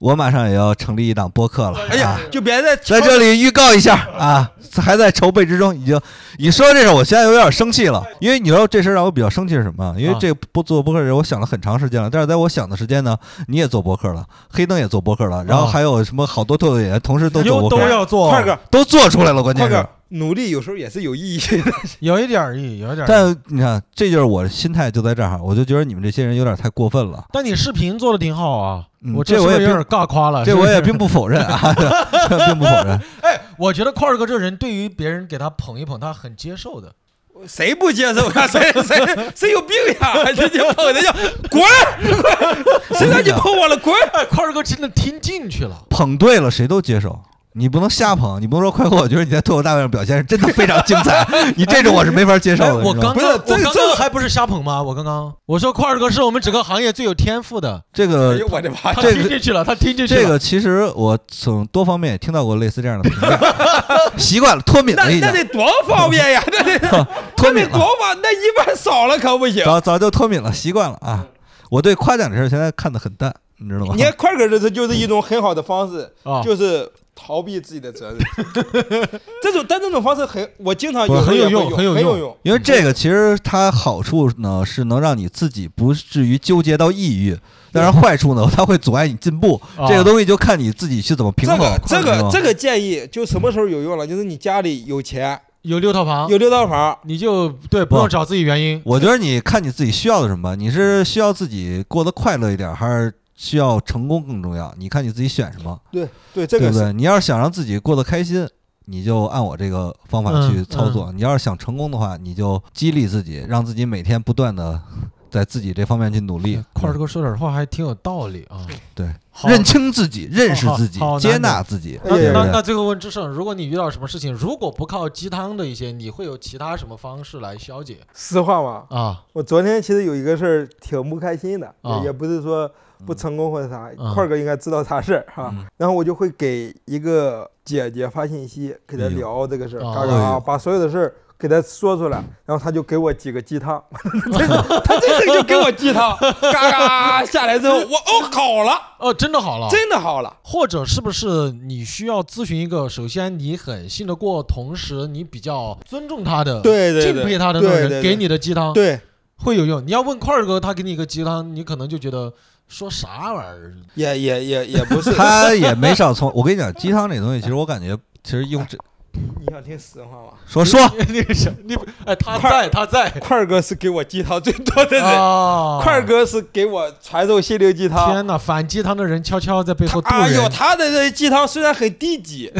C: 我马上也要成立一档播客了。
A: 哎呀
C: 啊，
A: 就别再
C: 在这里预告一下啊，还在筹备之中，已经你说这事儿，我现在有点生气了，因为你知道这事儿让我比较生气是什么？因为
D: 啊
C: 这个播做播客的人，我想了很长时间了，但是在我想的时间呢，你也做播客了，黑灯也做播客了，然后
D: 啊
C: 还有什么好多脱口秀演员同时都做
D: 又
C: 播
D: 都
C: 客，
D: 要做，
A: 块儿哥，
C: 都做出来了，关
A: 快
C: 键是
A: 点，，努力有时候也是有意义的。
D: 有一点儿意义，有一点儿意义。
C: 但你看，这就是我的心态就在这儿，我就觉得你们这些人有点太过分了。
D: 但你视频做的挺好啊，
C: 嗯
D: 我
C: 这我
D: 是
C: 也
D: 不是有点
C: 并
D: 尬夸了，
C: 这
D: 是不
C: 我也
D: 是
C: 并不否认啊， 并不否认。
D: 我觉得块儿哥这人对于别人给他捧一捧，他很接受的。
A: 谁不接受 呀？谁谁谁有病呀？人家碰人家滚，谁让你碰我了？滚！
D: 哎，块儿哥真的听进去了，
C: 捧对了谁都接受，你不能瞎捧，你不能说快活。我觉得你在脱口大会上表现是真的非常精 彩，你这种我是没法接受
D: 哎，
C: 的。
D: 我
C: 你知道
D: 刚
C: 吗
A: 不
D: 刚
A: 是
D: 我
A: 这
D: 刚
A: 这
D: 刚还不是瞎捧吗？我刚刚我说块儿哥是我们整个行业最有天赋的，
C: 这
A: 哎
C: 个
A: 呦我的妈
D: 呃
A: 呀！
D: 他
C: 啊这个
D: 听进去了，他听进去了。
C: 这个其实我从多方面也听到过类似这样的评价，习惯了脱敏
A: 那
D: 哎
C: 了已
A: 那
C: 经，
A: 得多方便 呀！那得
C: 脱
A: 那
C: 敏
A: 得
C: 了，
A: 多方，那一半少了可不行。
C: 早早就脱敏了，习惯了啊。我对夸奖这事儿现在看得很淡，你知道吗
A: 你？看快哥这这就是一种很好的方式，
D: 啊，
A: 就是逃避自己的 责任。这种但这种方式很，我经常
D: 不
A: 有
D: 很有
A: 时候也
D: 用
A: 会
D: 很有
A: 用，很
D: 用
A: 用。
C: 因为这个其实它好处呢是能让你自己不至于纠结到抑郁，但是坏处呢它会阻碍你进步。
D: 啊
C: 这个东西就看你自己去怎么平
A: 这
C: 衡
A: 个。这
C: 你知道
A: 个
C: 吗
A: 这个建议就什么时候有用了？就是你家里有钱，
D: 有六套房，
A: 有六套房，
D: 你就对
C: 不
D: 不用找自己原 因。
C: 我觉得你看你自己需要的什么，你是需要自己过得快乐一点，还是需要成功更重要？你看你自己选什么，
A: 对对，这个
C: 对不
A: 是
C: 对？你要是想让自己过得开心，你就按我这个方法
D: 嗯
C: 去操作。你要是想成功的话，你就激励自己，让自己每天不断的在自己这方面去 努力。
D: 块哎儿哥说点话还挺有道理啊。
C: 对，
D: 好
C: 认清自己，认识自己
D: 好好，
C: 接纳自己。
A: 哎呀
D: 那
C: 对
D: 那
C: 对
D: 那最后问志胜，如果你遇到什么事情，如果不靠鸡汤的一些，你会有其他什么方式来消解
A: 实话嘛，
D: 啊？
A: 我昨天其实有一个事儿挺不开心的，
D: 啊
A: 也也不是说不成功或者啥，
D: 嗯
A: 块儿哥应该知道啥事儿哈、
C: 嗯
A: 然后我就会给一个姐姐发信息，给她
C: 哎呦
A: 聊这个事儿，
D: 哦
A: 嘎
C: 哎
A: 嘎
C: 呦，
A: 把所有的事儿给她说出来，然后她就给我几个鸡汤，她 这次就给我鸡汤，嘎嘎下来之 后，我哦好了，
D: 哦，真的好了。
A: 真的好了。
D: 或者是不是你需要咨询一个，首先你很信得过，同时你比较尊重他的、
A: 对对对
D: 敬佩他的那种
A: 对对对
D: 人，给你的鸡汤
A: 对，
D: 会有用。你要问块儿哥，他给你一个鸡汤，你可能就觉得说啥玩意儿，
A: 也也也也不是
C: 他也没少从。我跟你讲，鸡汤这东西，其实我感觉，其实用这
A: 你想听实话吗？
C: 说说，
D: 那个啥， 你哎，他
A: 块
D: 在，他在
A: 块儿哥是给我鸡汤最多的人，
D: 啊，
A: 块儿哥是给我传授心灵 鸡汤。
D: 天哪，反鸡汤的人悄悄在背后渡
A: 哎呦，
D: 人。
A: 他的这鸡汤虽然很低 级，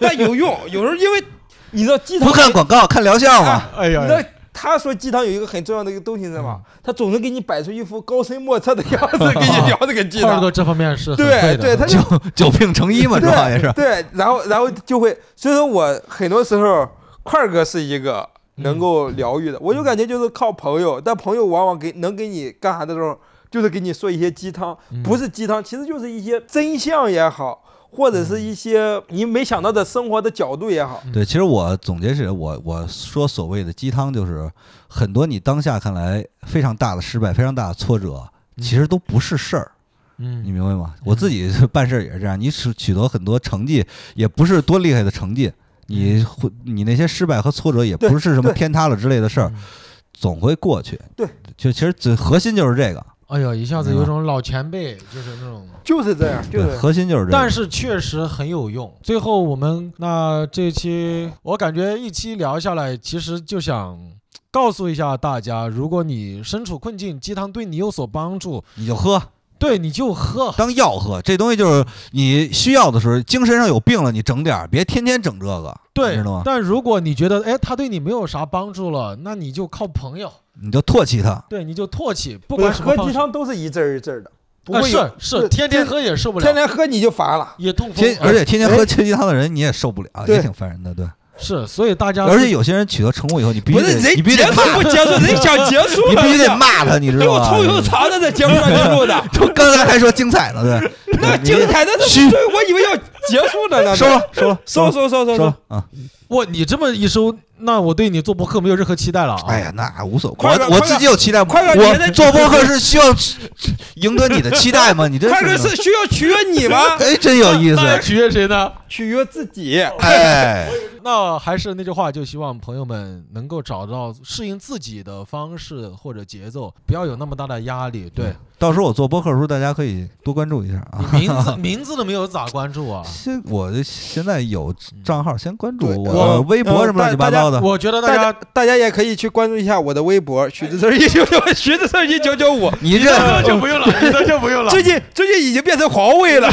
A: 但有用。有时候因为你知道鸡汤
C: 不看广告，看疗效嘛。
D: 哎
A: 你
D: 呀
A: 知道，他说鸡汤有一个很重要的一个东西是什
D: 嗯
A: 么？他总是给你摆出一副高深莫测的样 子，跟你聊这个鸡
D: 块儿
A: 汤
D: 哥。这方面是很
A: 对
D: 会的
A: 对， 他就
C: 久 久病成医嘛，主要也是。
A: 对，然后然后就会，所以说我很多时候块儿哥是一个
D: 嗯
A: 能够疗愈的，我就感觉就是靠朋友，但朋友往往给能给你干啥的时候，就是给你说一些鸡汤，
D: 嗯
A: 不是鸡汤，其实就是一些真相也好，或者是一些你没想到的生活的角度也好，
C: 对，其实我总结是我我说所谓的鸡汤，就是很多你当下看来非常大的失败、非常大的挫折，其实都不是事儿，
D: 嗯
C: 你明白吗？我自己办事儿也是这样，你取取得很多成绩，也不是多厉害的成绩，你会你那些失败和挫折也
A: 对
C: 不是什么
A: 对
C: 天塌了之类的事儿
D: 嗯，
C: 总会过去。
A: 对，
C: 就其实最核心就是这个，
D: 哎呦，一
A: 嗯
D: 下子有种老前辈，就是那种。
A: 就是这样，就
C: 对，
A: 是。
C: 核心就是这
D: 但
C: 个。
D: 是确实很有用。最后我们那这期，我感觉一期聊下来，其实就想告诉一下大家，如果你身处困境，鸡汤对你有所帮助，
C: 你就喝，
D: 对你就喝。
C: 当药喝，这东西就是你需要的时候，精神上有病了，你整点儿，别天天整这个， 你
D: 对
C: 知道吗，？
D: 但如果你觉得哎，他对你没有啥帮助了，那你就靠朋友，
C: 你就唾弃他。
D: 对，你就唾弃，不
A: 不
D: 管什么
A: 喝
D: 方
A: 鸡
D: 式。
A: 汤都是一阵儿一阵儿的，不
D: 啊，
A: 会有、
D: 是是，天天喝也受不
A: 天
D: 了，
A: 天喝你就烦了。
D: 也痛风啊
C: 天，，而且天天喝
A: 哎
C: 清鸡汤的人你也受不了，
A: 对
C: 也挺烦人的，对。
D: 是，所以大家
C: 而且有些人取得成功以后，你必须
A: 不是
C: 得，
A: 人
C: 你必须
A: 结
C: 得
A: 束
C: 骂，
A: 不结束，人想结束
C: 你
A: 了，哎
C: 必须得骂他，你知道
A: 又
C: 吗
A: 臭？又长的在节目上记录 的。
C: 就刚才还说精彩呢，对。
A: 那
C: 你
A: 精彩的
C: 嘘
A: 是，对我以为要结束了呢。
C: 收了，收了，
A: 收
C: 了，
A: 收收收
C: 收了。啊！
D: 我你这么一说，那我对你做播客没有任何期待了啊！
C: 哎呀，那无所谓，
A: 快点
C: 我我
A: 快点
C: 自己有期待。
A: 快点你
C: 我
A: 在
C: 做播客是希望 赢得你的期待吗？你这
A: 快哥是需要取悦你吗？
C: 哎，真有意思
D: 那。要取悦谁呢？
A: 取悦自己。
C: 哎，
D: 那还是那句话，就希望朋友们能够找到适应自己的方式或者节奏，不要有那么大的压力。对，
C: 到时候我做播客的时候，大家可以多关注一下啊。
D: 你名字名字都没有咋关注啊？
C: 先，我这现在有账号，先关注
A: 对
C: 我，
A: 我
C: 微博
A: 嗯
C: 什么乱
A: 大
C: 七
A: 大
C: 八
A: 家
C: 糟的。
D: 我觉得大
A: 大家
D: 家
A: 大家也可以去关注一下我的微博，徐志胜一九 九，徐志胜一九九五。
C: 你这
D: 就不用了，你的就不用 了。
A: 最近最近已经变成皇位 了，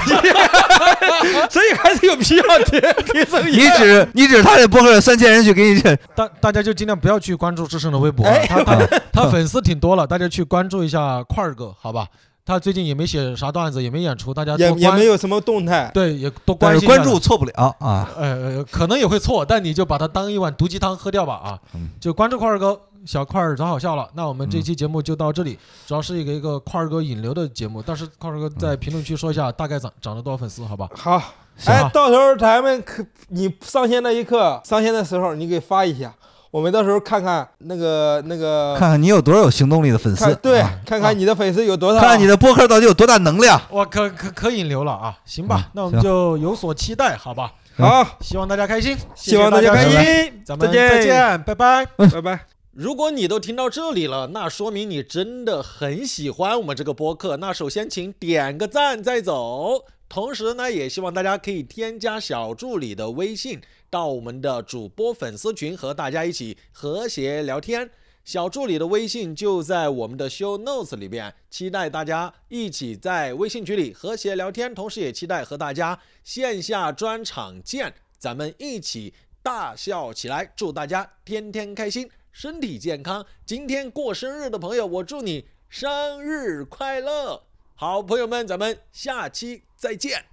A: 所以还是有必要提提升一
C: 你
A: 下。
C: 指你指他这播客有三千人去给你这，
D: 大大家就尽量不要去关注志胜的微博，啊
A: 哎
D: 他他他粉丝挺多了，大家去关注一下块儿哥，好吧？他最近也没写啥段子，也没演出，大家
A: 也
D: 呃多
A: 也
D: 关
A: 没有什么动态，
D: 对也多
C: 但
D: 关
C: 是
D: 心一下
C: 关注错不了啊。
D: 呃，可能也会错，但你就把它当一碗毒鸡汤喝掉吧啊！
C: 嗯
D: 就关注块儿哥，小块儿长好笑了。那我们这期节目就到这
A: 嗯
D: 里，主要是一个一个块儿哥引流的节目，但是块儿哥在评论区说一下大概涨涨了多少粉丝，好吧？
A: 好，
D: 行
A: 哎
D: 啊，，
A: 到时候咱们可你上线那一刻，上线的时候你给发一下，我们到时候看看那个那个
C: 看看你有多少有行动力的粉丝
A: 看，对
D: 啊，
A: 看
D: 啊
A: 看你的粉丝有多少，
C: 看看你的播客到底有多大能量。
D: 我可可可引流了啊！行吧，
C: 嗯
D: 那我们
C: 行
D: 就有所期待，好吧？
A: 好，
D: 希望大家开心，谢
A: 希望大
D: 大
A: 家开
D: 收听，
A: 心，
D: 咱们再见，拜拜。
A: 拜拜。
E: 如果你都听到这里了，那说明你真的很喜欢我们这个播客。那首先请点个赞再走，同时呢，也希望大家可以添加小助理的微信，到我们的主播粉丝群和大家一起和谐聊天。小助理的微信就在我们的 show notes 里边，期待大家一起在微信群里和谐聊天，同时也期待和大家线下专场见。
D: 咱们一起大笑起来。祝大家天天开心，身体健康。今天过生日的朋友，我祝你生日快乐！好朋友们，咱们下期再见。